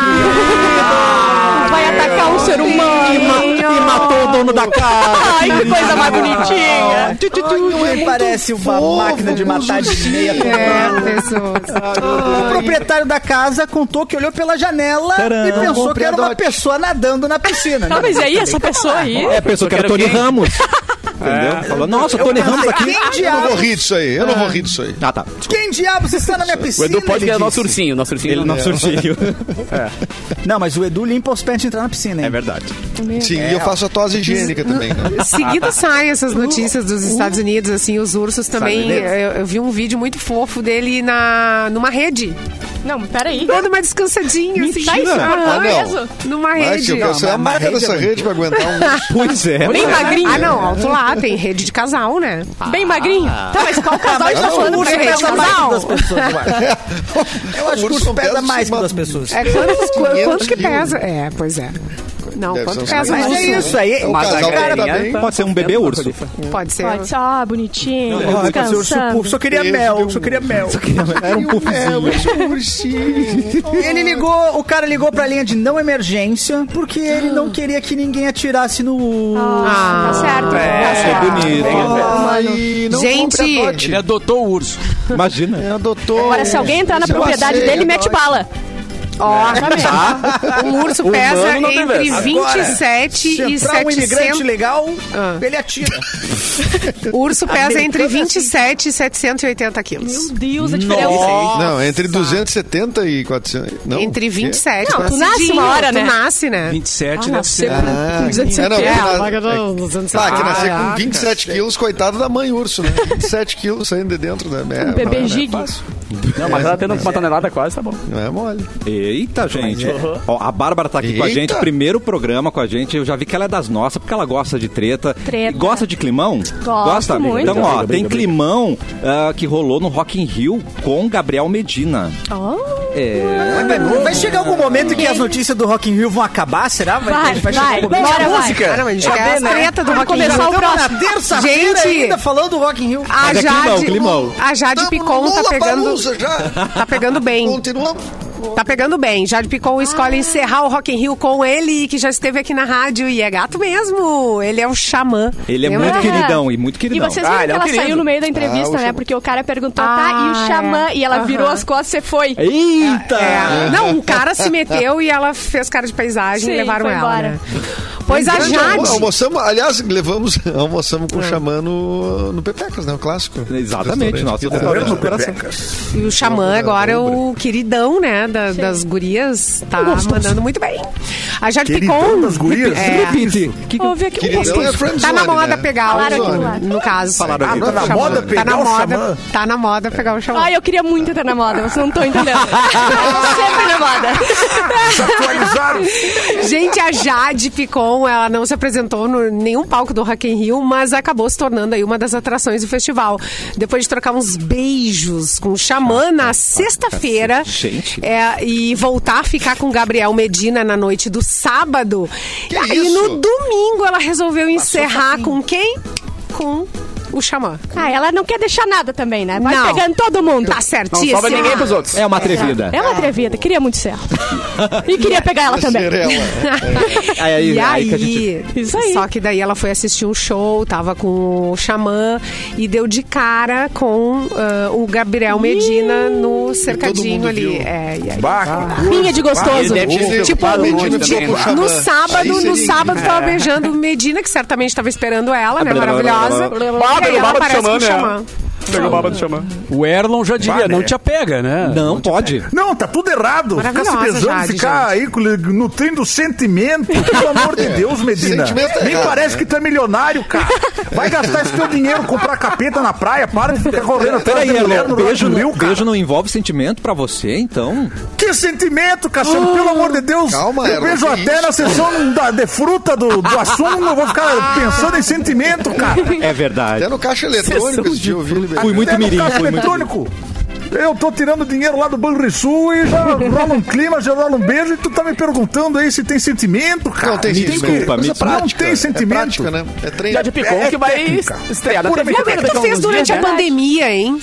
H: Vai atacar um ser humano.
A: Ah, E matou o dono da casa.
H: Ai, que coisa mais bonitinha.
D: Não é parece uma máquina de matar de meia.
C: É, pessoas.
D: O proprietário da casa contou que olhou pela janela e
A: Tcharam,
D: pensou que era uma
E: comprei
D: pessoa nadando na piscina. né?
H: Não, Ah, mas e aí, essa pessoa aí?
A: É, pensou que era Tony Ramos. Entendeu? Falou, nossa,
F: um
A: Tony Ramos aqui.
D: Ah, Quem
E: Eu não vou
D: diabos,
E: rir disso aí, eu não vou rir disso aí.
A: Ah, tá.
D: quem diabos está na minha
F: O
D: piscina?
F: Edu pode
D: ele
F: virar nosso
D: disse.
F: ursinho. Nosso ursinho É.
A: Ele é não
E: [laughs]
A: surgiu.
E: É.
D: Não, mas o Edu limpa os pés antes de entrar na piscina. hein? É,
A: É verdade.
E: Sim, e eu faço a tosse higiênica também. Né?
C: [laughs] Seguido saem essas notícias dos
H: Uh.
C: Estados Unidos, assim, os ursos também.
A: Unidos?
C: Eu, eu vi um vídeo muito fofo dele na, numa rede.
H: Não, peraí.
C: Dando uma descansadinha, assim,
H: Mentira!
C: aham,
E: Ah, não.
C: numa
E: Vai,
C: rede.
E: se eu
D: mas
E: pensar, é a marca
D: rede é
E: dessa rede pra aguentar
C: [laughs]
D: [laughs]
E: um.
A: Pois é.
H: Bem
D: né?
H: magrinho. Ah.
C: Ah, não, alto lá, tem rede de casal, né? Ah,
H: Bem magrinho. Tá, mas qual casal
D: Mas
H: está
D: eu
H: falando
D: acho
H: pra
D: que
H: gente?
D: o urso pesa mais que
H: Casal?
D: das pessoas, eu acho. [laughs] Eu acho que o urso pesa
E: pesa
D: mais que
E: uma-
D: das pessoas.
C: É
D: [laughs]
C: quanto, qu- quanto que
E: 500 quilos.
C: pesa? É, pois é. Não,
E: Deve
C: quanto
E: ser uns
C: pesa?
D: Mas é isso aí.
E: O
D: Mas
E: casal
D: cara,
E: tá bem.
A: Pode ser um bebê urso.
C: Pode ser.
H: Pode ser, ó, bonitinho.
D: Ai, mas o urso
H: Descansando.
D: puff, só queria mel, só queria mel.
A: Era um
D: É,
A: puffzinho.
D: Ele ligou, o cara ligou pra linha de não emergência, porque ele não queria que ninguém atirasse no urso.
H: Ah, tá certo. tá
A: É
H: certo.
A: bonito.
E: Ai, não
C: Gente.
E: compre a Totti.
B: Ele é adotou o urso.
A: Imagina.
E: É, adotou.
H: Agora, se alguém entrar na
E: Isso eu
H: propriedade
E: achei,
H: dele, mete
E: adoro.
H: bala. Tá
C: Ó, um
E: [laughs]
C: urso pesa
F: não tem
C: entre
F: vez.
C: 27
D: Se
C: e
D: entrar um imigrante
C: 700.
D: legal, ele atira.
C: O [laughs] urso pesa entre
D: Americano é assim.
C: 27 e 780 quilos.
H: Meu Deus, a diferença.
E: Não, entre 270 e 400. Não. é?
C: Entre 27
H: Não, tu
C: nascidinho,
H: nasce uma hora, né?
C: Tu nasce, né?
B: 27
H: Ah,
B: deve ser.
H: nasceu
E: Ah,
H: com
E: é,
H: 17
E: não,
H: anos.
E: Ah,
C: Larga dos anos
E: Tá, que
C: 70.
E: nascer com 27
C: Ah,
E: quilos, coitado da mãe urso, né?
C: [laughs]
E: 27 quilos saindo de dentro, né? É,
B: Um
E: não é-
H: Bebê
E: não é
H: Gig.
E: fácil,
F: Não, mas ela tá tendo uma tonelada quase, tá bom.
E: Não é mole.
A: Eita, gente. Ó, a Bárbara tá aqui com a
E: Eita.
A: gente, primeiro programa com a gente. Eu já vi que ela é das nossas, porque ela gosta de treta.
H: Treta.
A: E gosta de climão? gosta?
H: muito.
A: Então, ó,
F: Briga, briga,
A: tem
F: briga.
A: climão ah, que rolou no Rock in Rio com Gabriel Medina.
H: Oh,
A: É.
D: Ah, Vai chegar algum momento que as notícias do Rock in Rio vão acabar, será?
H: vai, vai.
D: chegar algum momento.
H: Bora, vai.
C: Ah,
D: É
C: não, a gente quer as treta do
H: Vamos
C: Rock in
H: começar
C: Rio.
H: o
D: Estamos
H: próximo.
D: na terça-feira
C: Gente.
D: ainda falando do Rock in Rio.
C: A
A: Mas é climão,
C: Jade,
A: climão.
C: a Jade
E: Tamo no
C: Picon tá pegando,
E: Lollapalooza já.
C: tá pegando bem.
E: Continuamos.
C: Tá pegando bem. Jade Picon escolhe
D: Ah.
C: encerrar o Rock in Rio com ele, que já esteve aqui na rádio e é gato mesmo. Ele é o xamã.
A: Ele é
C: Lembra?
A: muito queridão e muito
H: E
A: queridão.
H: vocês viram
F: Ah,
H: que
F: ele é um
H: ela
F: querido.
H: saiu no meio da entrevista,
E: Ah, o
H: né?
E: xamã.
H: Porque o cara perguntou, tá, e
C: Ah,
H: o xamã?
C: é.
H: E ela virou
C: Aham.
H: as costas e foi.
A: Eita!
C: É. Não, um cara se meteu e ela fez cara de paisagem e
H: Sim,
C: levaram
H: foi
C: ela.
H: embora.
C: né? Pois a
E: Um Grande almo-
C: Jade. Ah.
E: Almoçamos, aliás, levamos, [laughs] almoçamos com o xamã no, no Pepecas, né? O clássico.
A: Exatamente,
E: Restaurante É.
A: nossa.
E: aqui da-
A: restaurante
G: Olhando
A: do coração.
G: pepecas.
C: E o Xamã agora é o queridão, né, da- das gurias. Tá mandando muito bem. A Jade
G: Queridão
C: Picon. é.
G: das gurias?
A: Repite. Que que-
H: Houve aqui um
E: Queridão é friendzone,
C: Tá na moda
E: né?
C: pegar o
H: Falaram aquilo lá.
C: No caso,
A: Falaram
C: Ah,
A: aquilo.
C: tá
G: Tá na moda pegar
C: tá na
G: o
C: moda,
G: xamã?
C: Tá na moda pegar o xamã.
H: Ai, eu queria muito
C: [laughs]
H: estar na moda, vocês não estão entendendo.
G: [laughs]
H: Eu tô sempre na moda.
G: Atualizaram.
C: Gente, a Jade Picon, ela não se apresentou no nenhum palco do Rock in Rio, mas acabou se tornando aí uma das atrações do festival. Depois de trocar uns beijos com o
G: Ah,
C: Xamã
G: tá.
C: na sexta-feira
A: Gente.
C: é, e voltar a ficar com Gabriel Medina na noite do sábado.
E: Que
C: e aí,
E: isso?
C: no domingo ela resolveu encerrar com quem? Com o Xamã.
H: Ah, ela não quer deixar nada também, né? Vai
C: Não.
H: pegando todo mundo.
C: Tá certíssima.
F: Sobra ninguém pros outros.
A: É uma atrevida.
H: É uma atrevida, queria muito ser. E queria pegar ela também.
E: é Cinderela.
C: [laughs] e aí,
A: que a gente-
H: Isso aí.
C: só que daí ela foi assistir um show, tava com o Xamã e deu de cara com ah, o Gabriel Medina no cercadinho
E: mundo
C: ali.
E: viu.
C: É, e aí-
A: Ah.
G: Bah, que
H: Minha de gostoso.
F: Ele deve ter
C: Tipo,
F: ocupado
C: no,
F: muito
C: no-
F: também,
C: no
F: né?
E: Xamã.
C: sábado,
E: Aí
C: no
E: seria-
C: sábado
F: É.
C: tava beijando o Medina, que certamente tava esperando ela, né? Maravilhosa. E aí
F: Bárbaro, bárbaro
C: ela
F: do
C: aparece com
F: xamã,
C: o Xamã.
F: né? Pegou o baba do xamã.
B: O Erlon já diria,
G: Bah, né?
B: não te apega, né?
A: Não, pode.
G: Não, tá tudo errado. Ficar se
C: Maravilhosa,
G: pesando,
C: Jade,
G: ficar aí com- nutrindo sentimento.
F: [laughs]
G: Pelo amor
F: É.
G: de Deus, Medina.
E: Sentimento é
G: Nem
E: errado,
F: né?
G: parece que tu é milionário, cara. Vai gastar esse teu dinheiro, comprar capeta na praia. Para de ficar correndo atrás
A: Peraí,
G: de mulher
A: Elon,
G: no
A: beijo,
G: Rock in Rio,
A: não,
G: cara.
A: beijo não envolve sentimento pra você, então?
G: Que sentimento, Cassiano,
A: Oh.
G: pelo amor de Deus.
E: Calma,
G: Eu
E: Erlon,
G: beijo
E: que
G: até
E: isso?
G: na sessão um da, de fruta do,
A: [laughs]
G: do assunto, eu vou ficar pensando em sentimento, cara.
A: É verdade.
E: Até no caixa eletrônico esse dia eu vi ele bem.
A: Fui muito
G: Até no
A: mirim,
G: caixa
A: fui muito
G: eletrônico. Eu tô tirando dinheiro lá do Banrisul e já rola um clima, já rola um beijo e tu tá me perguntando aí se tem sentimento, cara.
E: Não tem
G: Me
E: sentimento.
G: que-
A: Desculpa, me
G: não
A: prática,
G: tem sentimento.
E: É prática, né? É treino.
F: Já de picou
G: É
F: que vai
G: técnica.
F: estrear na
G: É pura
F: TV.
G: mentira.
C: Como é que tu fez durante a pandemia, hein?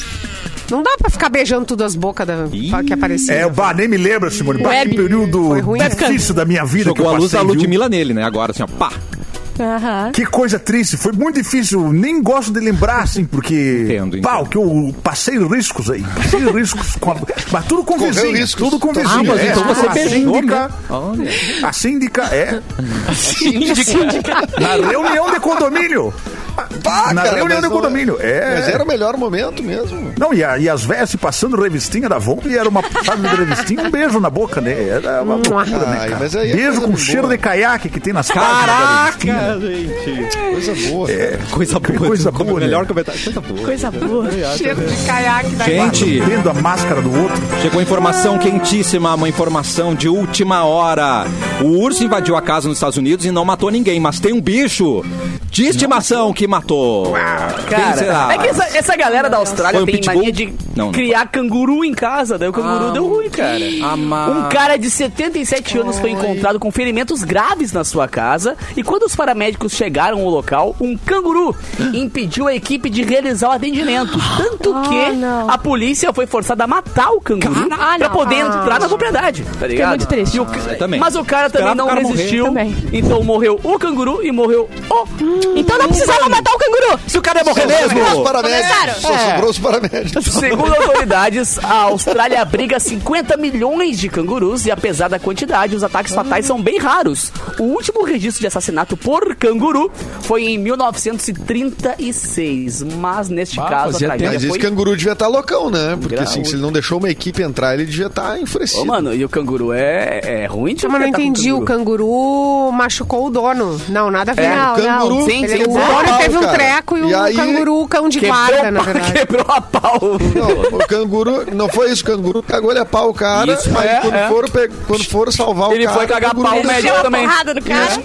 C: Não dá pra ficar beijando tudo as bocas da... que aparecia.
G: É, bah, nem me lembra, Simone. Bah, que
H: Web.
G: período
C: Foi ruim,
G: difícil da minha vida que
A: Jogou
G: eu
A: a luz
G: passei,
A: da
G: viu?
A: Ludmilla nele, né? Agora, assim, ó, pá.
H: Aham.
G: Que coisa triste, foi muito difícil, nem gosto de lembrar, assim, porque.
A: Entendo,
G: Pá,
A: entendo.
G: o que eu passei riscos aí. Passei riscos com a... Mas tudo com
E: Correu
G: vizinho.
E: riscos. Ah,
G: Tudo com vizinho.
A: mas
G: é.
A: então você
G: a
A: beijou,
E: né?
G: síndica,
A: Olha.
G: A síndica é. Na reunião de condomínio.
E: Pá,
G: Na reunião
E: Ah, mas
G: do
E: não-
G: condomínio, é.
E: Mas era o melhor momento mesmo.
G: Não, e, a, e as velhas se passando revistinha da Von, e era uma passada de revistinha, um beijo na boca, né? Era uma loucura, né,
E: Ai,
G: cara?
E: mas aí é
G: beijo
E: coisa
G: com
E: boa.
G: cheiro de caiaque que tem nas páginas da
E: né?
G: revistinha.
A: Caraca, gente.
E: Coisa boa. cara.
A: É, Coisa boa.
G: coisa
A: Como
G: boa, né?
A: Melhor comentário. Coisa boa.
H: Coisa boa.
C: Cheiro de
F: é.
C: caiaque da
A: Gente,
G: Vendo a máscara do outro.
A: Tá Chegou informação quentíssima, uma informação de última hora. O urso invadiu a casa nos Estados Unidos e não matou ninguém, mas tem um bicho de estimação que matou. Quem será?
F: É que essa, essa galera da Austrália
A: Foi um
F: tem
A: pitbull?
F: mania de
A: Não, não.
F: criar canguru em casa. Daí o
H: Ah,
F: canguru deu ruim, cara.
A: amado.
F: Um cara de 77 anos foi encontrado com ferimentos graves na sua casa. E quando os paramédicos chegaram ao local, um canguru impediu a equipe de realizar o
H: [gasps]
F: atendimento. Tanto que
H: Ah, não.
F: a polícia foi forçada a matar o canguru
H: Cara- Ah,
F: pra
H: não.
F: poder
H: Ah.
F: entrar na propriedade. Tá ligado?
H: muito triste.
F: E o ca-
A: Ah, também.
F: Mas o cara também
A: Esperava
F: não
A: o cara morrer
F: resistiu.
H: também.
F: Então morreu o canguru e morreu o.
H: Então não precisava matar o canguru.
A: Se o cara ia morrer
E: Sobrou os
A: mesmo!
E: paramédicos. Só sobrou os paramédicos.
F: Segundo autoridades, a Austrália abriga 50 milhões de cangurus e apesar da quantidade, os ataques fatais são bem raros. O último registro de assassinato por canguru foi em 1936, mas neste
B: Ah,
F: caso a
B: fazia
F: tragédia
E: Mas esse
F: foi...
A: é um
E: canguru devia estar loucão, né? Porque
F: Grau.
E: assim, se ele não deixou uma equipe entrar, ele devia estar enfurecido.
F: Ô, mano, e o canguru é, é ruim de
C: Mas eu não
F: tratar com
C: entendi, o canguru machucou o dono. Não, nada a ver.
F: É,
C: não,
F: o
C: não.
E: um canguru
F: Sim, sim,
C: Ele- o
F: sim.
C: dono
E: Pau,
C: teve um
E: cara.
C: treco e,
E: E
C: o
E: aí-
C: canguru, o cão de
F: Quebrou,
C: guarda, né? na
F: a pau,
C: verdade.
F: quebrou a pau.
E: Não, o canguru, não foi isso, o canguru cagou-lhe a pau o cara,
F: Isso,
E: mas
F: é,
E: quando,
F: é.
E: For, pe- quando for salvar
F: Ele
E: o cara...
F: foi cagar
E: o canguru-
F: pau, né?
E: Ele-
F: Deu uma porrada
H: no cara.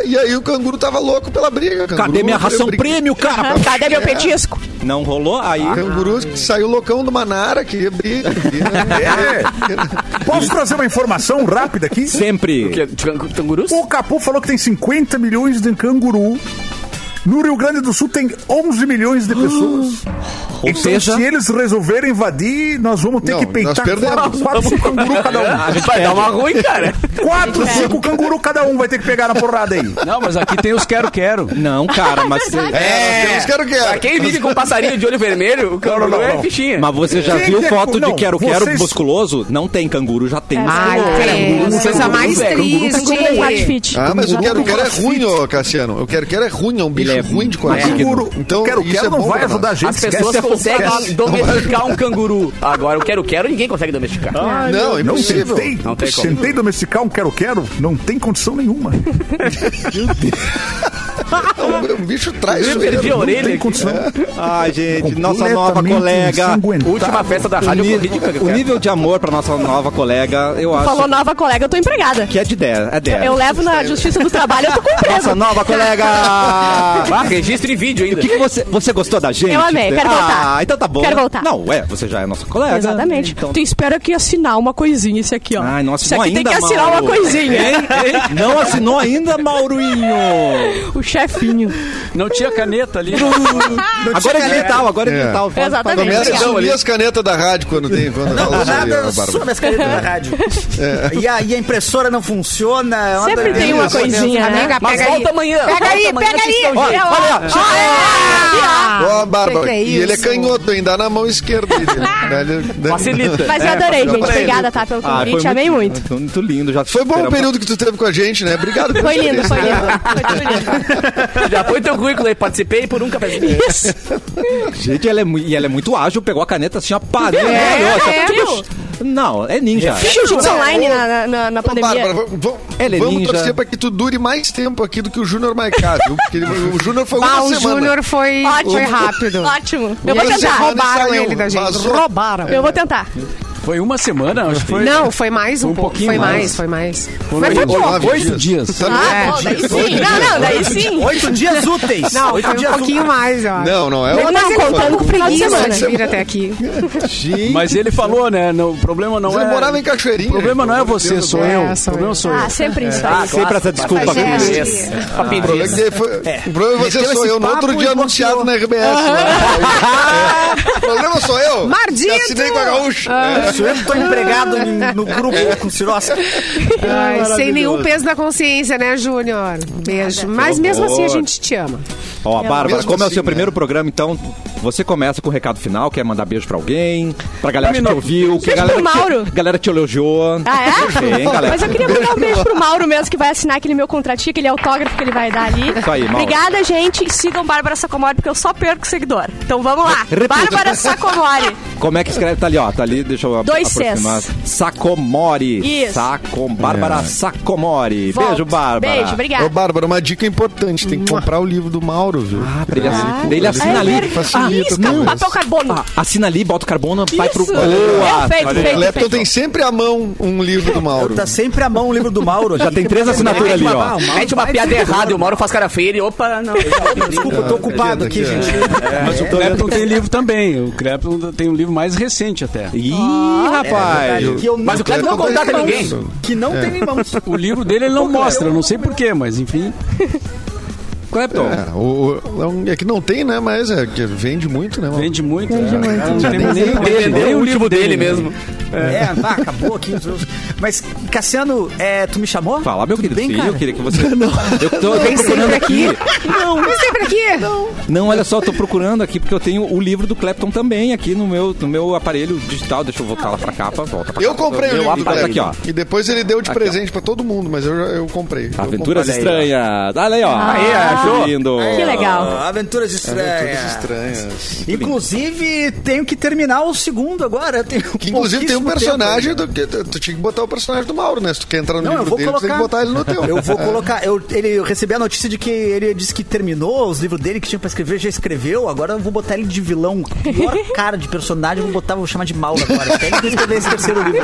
E: É, e aí o canguru tava louco pela briga. Canguru,
A: Cadê minha ração
E: briga-
A: prêmio,
C: [laughs]
A: cara?
H: Cadê meu petisco?
A: Não rolou? Aí.
G: um
E: Canguru que saiu loucão do Manara, queria briga. né? queria- [laughs]
G: É. Posso trazer uma informação rápida aqui?
A: Sempre.
F: Cangurus?
G: O Capu falou que tem 50 milhões de canguru. No Rio Grande do Sul tem 11 milhões de pessoas. Então,
A: Ou seja,
G: Se eles resolverem invadir, nós vamos ter
E: Não,
G: que peitar
E: nós perdemos.
G: 4, 5 canguru
F: [laughs]
G: cada
F: É, A gente vai dar uma ruim, cara.
G: um. 4, 5 canguru cada um vai ter que pegar na porrada aí.
B: Não, mas aqui tem os quero-quero.
A: não, cara,
F: [laughs]
A: mas.
E: É, nós temos quero
F: Pra
E: que
F: quem vive com passarinho de olho vermelho, o canguru
G: não, não.
F: é fichinha.
A: Mas você já
G: Quem
A: viu
G: que é cu-
A: foto de
G: não,
A: quero-quero
G: vocês-
A: musculoso? Não tem canguru,
G: tá
A: já
F: Ah,
A: tem.
C: Ai,
F: canguru,
C: tem. Coisa
F: canguru,
C: mais
F: velho.
C: triste.
H: Canguru é fit.
E: Ah, mas o quero quero é ruim, ô Cassiano. O quero quero é ruim, é um bicho
A: Ele é
E: ruim de
G: Mas
E: coração.
G: Canguru,
E: Então,
G: quero,
E: isso
G: quero
E: é
G: não
E: bom
G: vai
E: pra nós.
G: ajudar a gente.
F: As pessoas
G: esquece.
F: conseguem
G: Esquece.
F: domesticar um canguru. Agora, o quero-quero ninguém consegue domesticar.
E: Não,
G: Não
E: impossível.
G: sentei,
F: Não tem como.
G: sentei domesticar um quero-quero, não tem condição nenhuma.
E: Não, o bicho traz
F: Eu perdi a
E: isso.
G: Não
F: orelha.
G: tem condição.
A: Ai, gente, nossa nova
G: Completamente
A: colega.
G: ensanguentado.
F: Última festa da
A: O
F: rádio eu corri de
A: nível, o
F: canguru.
A: nível de amor pra nossa nova colega, eu acho
H: Falou nova colega, eu tô empregada.
A: que é de 10. É 10.
H: Eu levo na justiça do trabalho, eu tô com
A: [laughs]
H: emprego.
A: Nossa
H: [laughs]
A: nova colega!
F: Ah, registro em vídeo ainda.
A: O que, que você, você gostou da gente?
H: Eu amei, quero voltar.
A: Ah, então tá bom.
H: Quero voltar.
A: Não, é, você já é nossa colega.
H: Exatamente.
A: Então...
H: Tu espera que assinar uma coisinha esse aqui, ó.
A: Ai, não
H: Isso
A: assinou
H: aqui
A: ainda,
H: tem que assinar
A: Mauro.
H: uma coisinha.
A: Hein? Hein? Não assinou ainda, Maurinho.
H: O chefinho.
B: Não tinha caneta ali.
A: agora é digital, agora é,
E: É.
A: digital. Fala-
H: Exatamente.
E: Começa a
H: Obrigada.
E: sumir as canetas da rádio quando tem. Quando
D: Não, do
E: fala
D: nada
E: isso aí, ó,
D: sobe
E: Bárbara.
A: [laughs]
D: as canetas da rádio.
E: É.
D: E, a, e a impressora não funciona. é uma
H: Sempre tem
D: doideira.
H: uma coisinha, né?
C: Amiga,
F: Mas
C: pega aí.
F: volta amanhã.
C: Pega
F: volta
C: aí,
F: amanhã
C: pega
F: que
C: aí.
F: esse é o
A: Olha,
F: jeito.
H: Ah,
A: olha, ó.
E: Ó, a Bárbara.
C: Que que é
E: E ele é
C: isso?
E: canhoto ainda, na mão esquerda. dele.
H: [laughs]
E: Né, ele-
F: Facilita.
H: Mas eu
E: É,
H: adorei,
E: eu
H: gente.
E: adorei.
H: Obrigada, tá, pelo
A: Ah, foi
H: convite. Amei muito.
A: Muito, lindo. Já
E: Foi bom o
A: esperamos-
E: período que tu teve com a gente, né? Obrigado. pela
H: Foi lindo, foi
E: experiência.
H: lindo.
E: [laughs]
H: Foi tudo lindo.
F: Já põe teu currículo aí. Participei por um cafezinho.
H: Isso.
A: [laughs] Gente, ela é, mui- e ela é muito ágil, pegou a caneta assim, ó, parou,
H: é, é.
A: Não, é ninja.
H: Jiu-jitsu online [laughs] na, na- na, na
E: Ô,
H: pandemia.
E: Bárbara, vamos, vamos-
A: Ela é
E: vamos
A: ninja.
E: torcer pra que tu dure mais tempo aqui do que o Júnior Maicá, viu? Porque ele- o Júnior foi
C: Ah,
E: uma
C: o
E: semana.
C: Júnior foi, foi rápido.
H: Ótimo. Eu vou
E: Uma semana
H: tentar.
E: e
C: roubaram
E: saiu.
C: ele da gente.
E: Vazou.
C: Roubaram.
H: Eu vou tentar.
B: Foi uma semana, acho que foi.
C: Não, foi mais um,
B: Foi um
C: pouco.
B: pouquinho
C: Foi mais,
B: mais.
C: foi mais.
E: Foi
C: Mas foi pouco.
E: nove
B: Oito dias.
E: Tá no-
H: Ah, bom, daí sim. Não, não, daí sim.
D: Oito dias
C: [laughs]
D: úteis.
C: Não, foi
D: Oito
C: um
D: dias
C: pouquinho mais, ó.
E: Não, não é
H: Não,
E: o
C: tá
H: não, contando com o final de semana.
C: Isso, vir até aqui.
E: Gente,
B: Mas ele falou, né? não, o problema não
E: Mas ele
B: é.
E: morava em Cachoeirinha. então,
B: O problema não é você, sou
C: É,
B: eu.
C: sou
B: o problema
C: eu.
B: sou eu.
H: Ah, sempre isso aí.
A: Sempre essa desculpa,
C: Mas é,
A: viu?
C: gente.
F: Pra
E: O problema, é
F: pedir.
E: que foi- o problema é você
D: Meteu
E: sou
D: esse
E: eu. No
D: papo
E: outro
D: e
E: dia
D: bloqueou.
A: [laughs]
E: anunciado na RBS. lá. É. né? O problema sou eu.
C: Mar fudido!
E: Eu assinei com a gaúcha.
H: Ah.
D: Isso, eu tô empregado em- no grupo com cirrose.
C: Ai, sem
E: maravilhoso.
C: nenhum peso na consciência, né, Júnior? Beijo. Mas mesmo assim a gente te ama.
A: Ó, Bárbara,
E: Mesmo
A: como é o
E: assim,
A: seu
E: né?
A: primeiro programa, então você começa com o recado final, quer mandar beijo pra alguém, pra galera que te ouviu, que a
H: Beijo
A: galera,
H: pro Mauro.
A: Te, [laughs] galera te elogiou.
H: Ah, é?
A: Sim, galera.
H: Mas eu queria mandar um beijo pro Mauro mesmo, que vai assinar aquele meu contratinho, aquele autógrafo que ele vai dar ali.
A: Isso aí, Mauro.
H: Obrigada, gente. E Sigam Bárbara Sacomori, porque eu só perco seguidor. Então vamos lá.
A: Repita.
H: Bárbara Sacomori.
A: [laughs] [laughs] Como é que escreve? Tá ali, ó. Tá ali, deixa eu a-
H: Dois Cs.
A: aproximar. Sacomori.
H: Isso.
A: Saco, Bárbara Sacomori.
H: Volto.
A: Beijo, Bárbara.
H: Beijo,
E: Ô,
H: obrigada.
E: Bárbara, uma dica importante: tem que comprar o livro do Mauro, viu?
A: Ah, pra ele assinar. Ele assina
H: É
A: ali.
H: verdade.
E: facilita,
H: Risca, papel
E: não, mas-
A: Ah,
H: carbono.
A: Assina ali, bota o carbono, vai pro.
H: Isso.
A: Boa.
H: Eu, feito,
A: Olha aí.
H: feito.
E: Clapton tem sempre à mão um livro do Mauro.
D: Tá sempre à mão o livro do Mauro. um
A: Já tem três assinaturas ali, ó.
F: Mete uma piada errada e o Mauro faz cara feia e opa, não.
D: Desculpa, eu tô ocupado aqui, gente.
B: Mas o Clapton tem livro também. O Clapton tem um livro mais recente até.
A: Ih, rapaz.
D: Ah, é Que eu
F: Mas o Cleber não
D: tenho
F: contrata
D: em mãos.
F: ninguém.
D: Que não tem em mãos.
B: O livro dele ele não mostra, eu não sei porquê, mas [laughs] enfim.
A: Clapton.
E: É, o- o- é um- é que não tem, né? Mas é que vende muito, né? Mauro?
B: Vende muito. Vende muito. Não tem nem o dele,
F: Dependeu o
B: nem o livro
F: último dele mesmo.
D: um É, vá, acabou aqui. Mas, Cassiano, é, tu me chamou?
A: Fala, meu querido
D: bem,
A: filho,
D: cara?
A: eu queria que
H: [laughs]
A: você. Eu tô, eu tô procurando aqui.
C: Não, mas sempre aqui.
A: Não, olha só, eu tô procurando aqui porque eu tenho o livro do Clapton também aqui no meu, no meu aparelho digital. Deixa eu voltar lá pra capa. Volta pra
E: Eu
A: capa.
E: comprei o
A: Meu
E: livro do
A: aparelho. Aqui, ó.
E: Cleber. E depois ele deu de
D: Tá,
A: Aqui, ó.
E: presente pra todo mundo, mas eu, já- eu comprei. Eu
A: Aventuras
E: comprei.
A: Estranhas. Olha aí, ó. Aí,
H: achou?
A: Lindo.
H: Que legal.
D: Ah, Aventuras
E: Aventuras
D: estranhas.
E: Estranhas.
D: Inclusive, tenho que terminar o segundo agora. eu tenho
E: Que, inclusive tem um
D: pouquíssimo
E: personagem
D: tempo né?
E: do que tu tinha que botar o personagem do Mauro, né? Se tu quer entrar no
D: Não, eu
E: livro
D: vou
E: dele, tu tem que
D: colocar.
E: botar ele no teu. É.
D: ainda. Eu vou colocar. Eu, ele, eu recebi a notícia de que ele disse que terminou os livros dele que tinha pra escrever, já escreveu. Agora eu vou botar ele de vilão. Pior cara de personagem, eu vou botar, vou chamar de Mauro agora. Até ele escrever esse terceiro livro.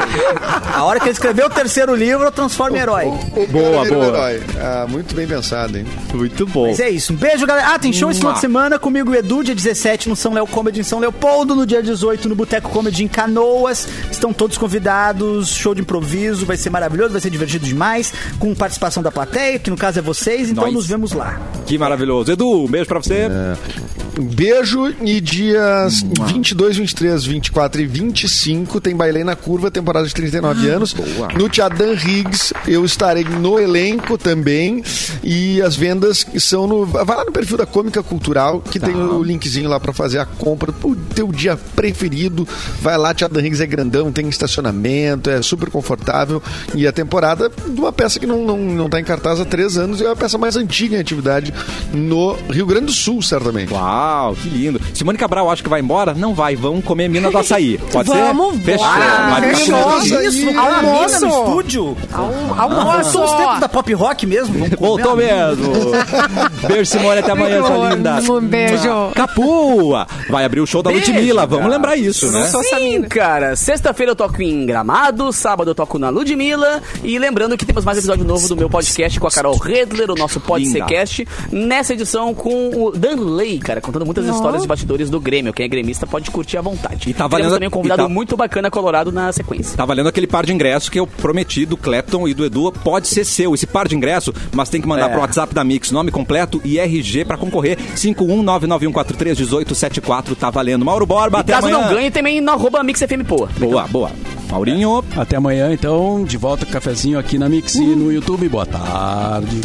D: A hora que ele escrever o terceiro livro, eu transformo em herói.
E: O cara
A: Boa,
E: vira um
A: boa.
E: herói. Ah, muito bem pensado, hein?
A: é Muito bom.
D: Mas é isso. Um beijo, galera. Ah, tem show esse final de semana comigo, Edu, dia 17 no São Léo Comedy em São Leopoldo, no dia 18 no Boteco Comedy em Canoas. Estão todos convidados. Show de improviso, vai ser maravilhoso, vai ser divertido demais, com participação da plateia, que no caso é vocês, então
A: Nós.
D: nos vemos lá.
A: Que maravilhoso. Edu, um beijo pra você.
E: Um beijo e dias 22, 23, 24 e 25 tem Bailei na Curva, temporada de 39 anos. No Tiadan Riggs eu estarei no elenco também e as vendas são no... Vai lá no perfil da Cômica Cultural que
A: Tá.
E: tem o linkzinho lá pra fazer a compra o teu dia preferido. Vai lá, Tiadan Riggs é grandão, tem estacionamento, é super confortável e a temporada de uma peça que não, não, não tá em cartaz há três anos e é a peça mais antiga em atividade no Rio Grande do Sul, certamente.
A: Uau, que lindo. Simone Cabral acha que vai embora? Não vai, vamos comer mina do açaí. Pode
C: Vamos, Ah,
A: ser? Fechou.
C: bora.
A: Vai ficar
E: Fechou.
A: com vocês.
E: Isso,
D: Isso,
E: cara,
C: almoço.
D: almoço no estúdio.
C: Almoço.
D: Voltou os tempos da pop rock mesmo. Vamos comer
A: Voltou
D: uma-
A: mesmo.
D: [laughs]
A: beijo, Simone, até amanhã, sua linda.
C: Um beijo.
A: Capua! Vai abrir o show da
F: Beijo,
A: Ludmilla, vamos
F: cara.
A: lembrar isso, né?
C: Só essa
F: Sim,
C: mina.
F: cara. Sexta-feira eu toco em Gramado, sábado eu toco na Ludmilla. E lembrando que temos mais episódio novo do meu podcast com a Carol Redler, o nosso Pode Ser
A: Linda.
F: Cast. Nessa edição com o Danley, cara, contando muitas histórias de bastidores do Grêmio. Quem é gremista pode curtir à vontade.
A: E tá
F: Temos
A: valendo-
F: também um convidado
A: e tá-
F: muito bacana colorado na sequência.
A: Tá valendo aquele par de ingresso que eu prometi do Clapton e do Edu. Pode ser seu esse par de ingresso, mas tem que
F: É.
A: mandar pro WhatsApp da Mix, nome completo e RG pra concorrer. 51991431874 tá valendo. Mauro Borba,
F: E
A: até
F: caso
A: amanhã.
F: não ganhe, também no arroba Mix FM Poa.
A: Boa, boa. Maurinho,
D: Uhum.
B: Até amanhã, então. De volta com o cafezinho aqui na Mix e no YouTube. Boa tarde.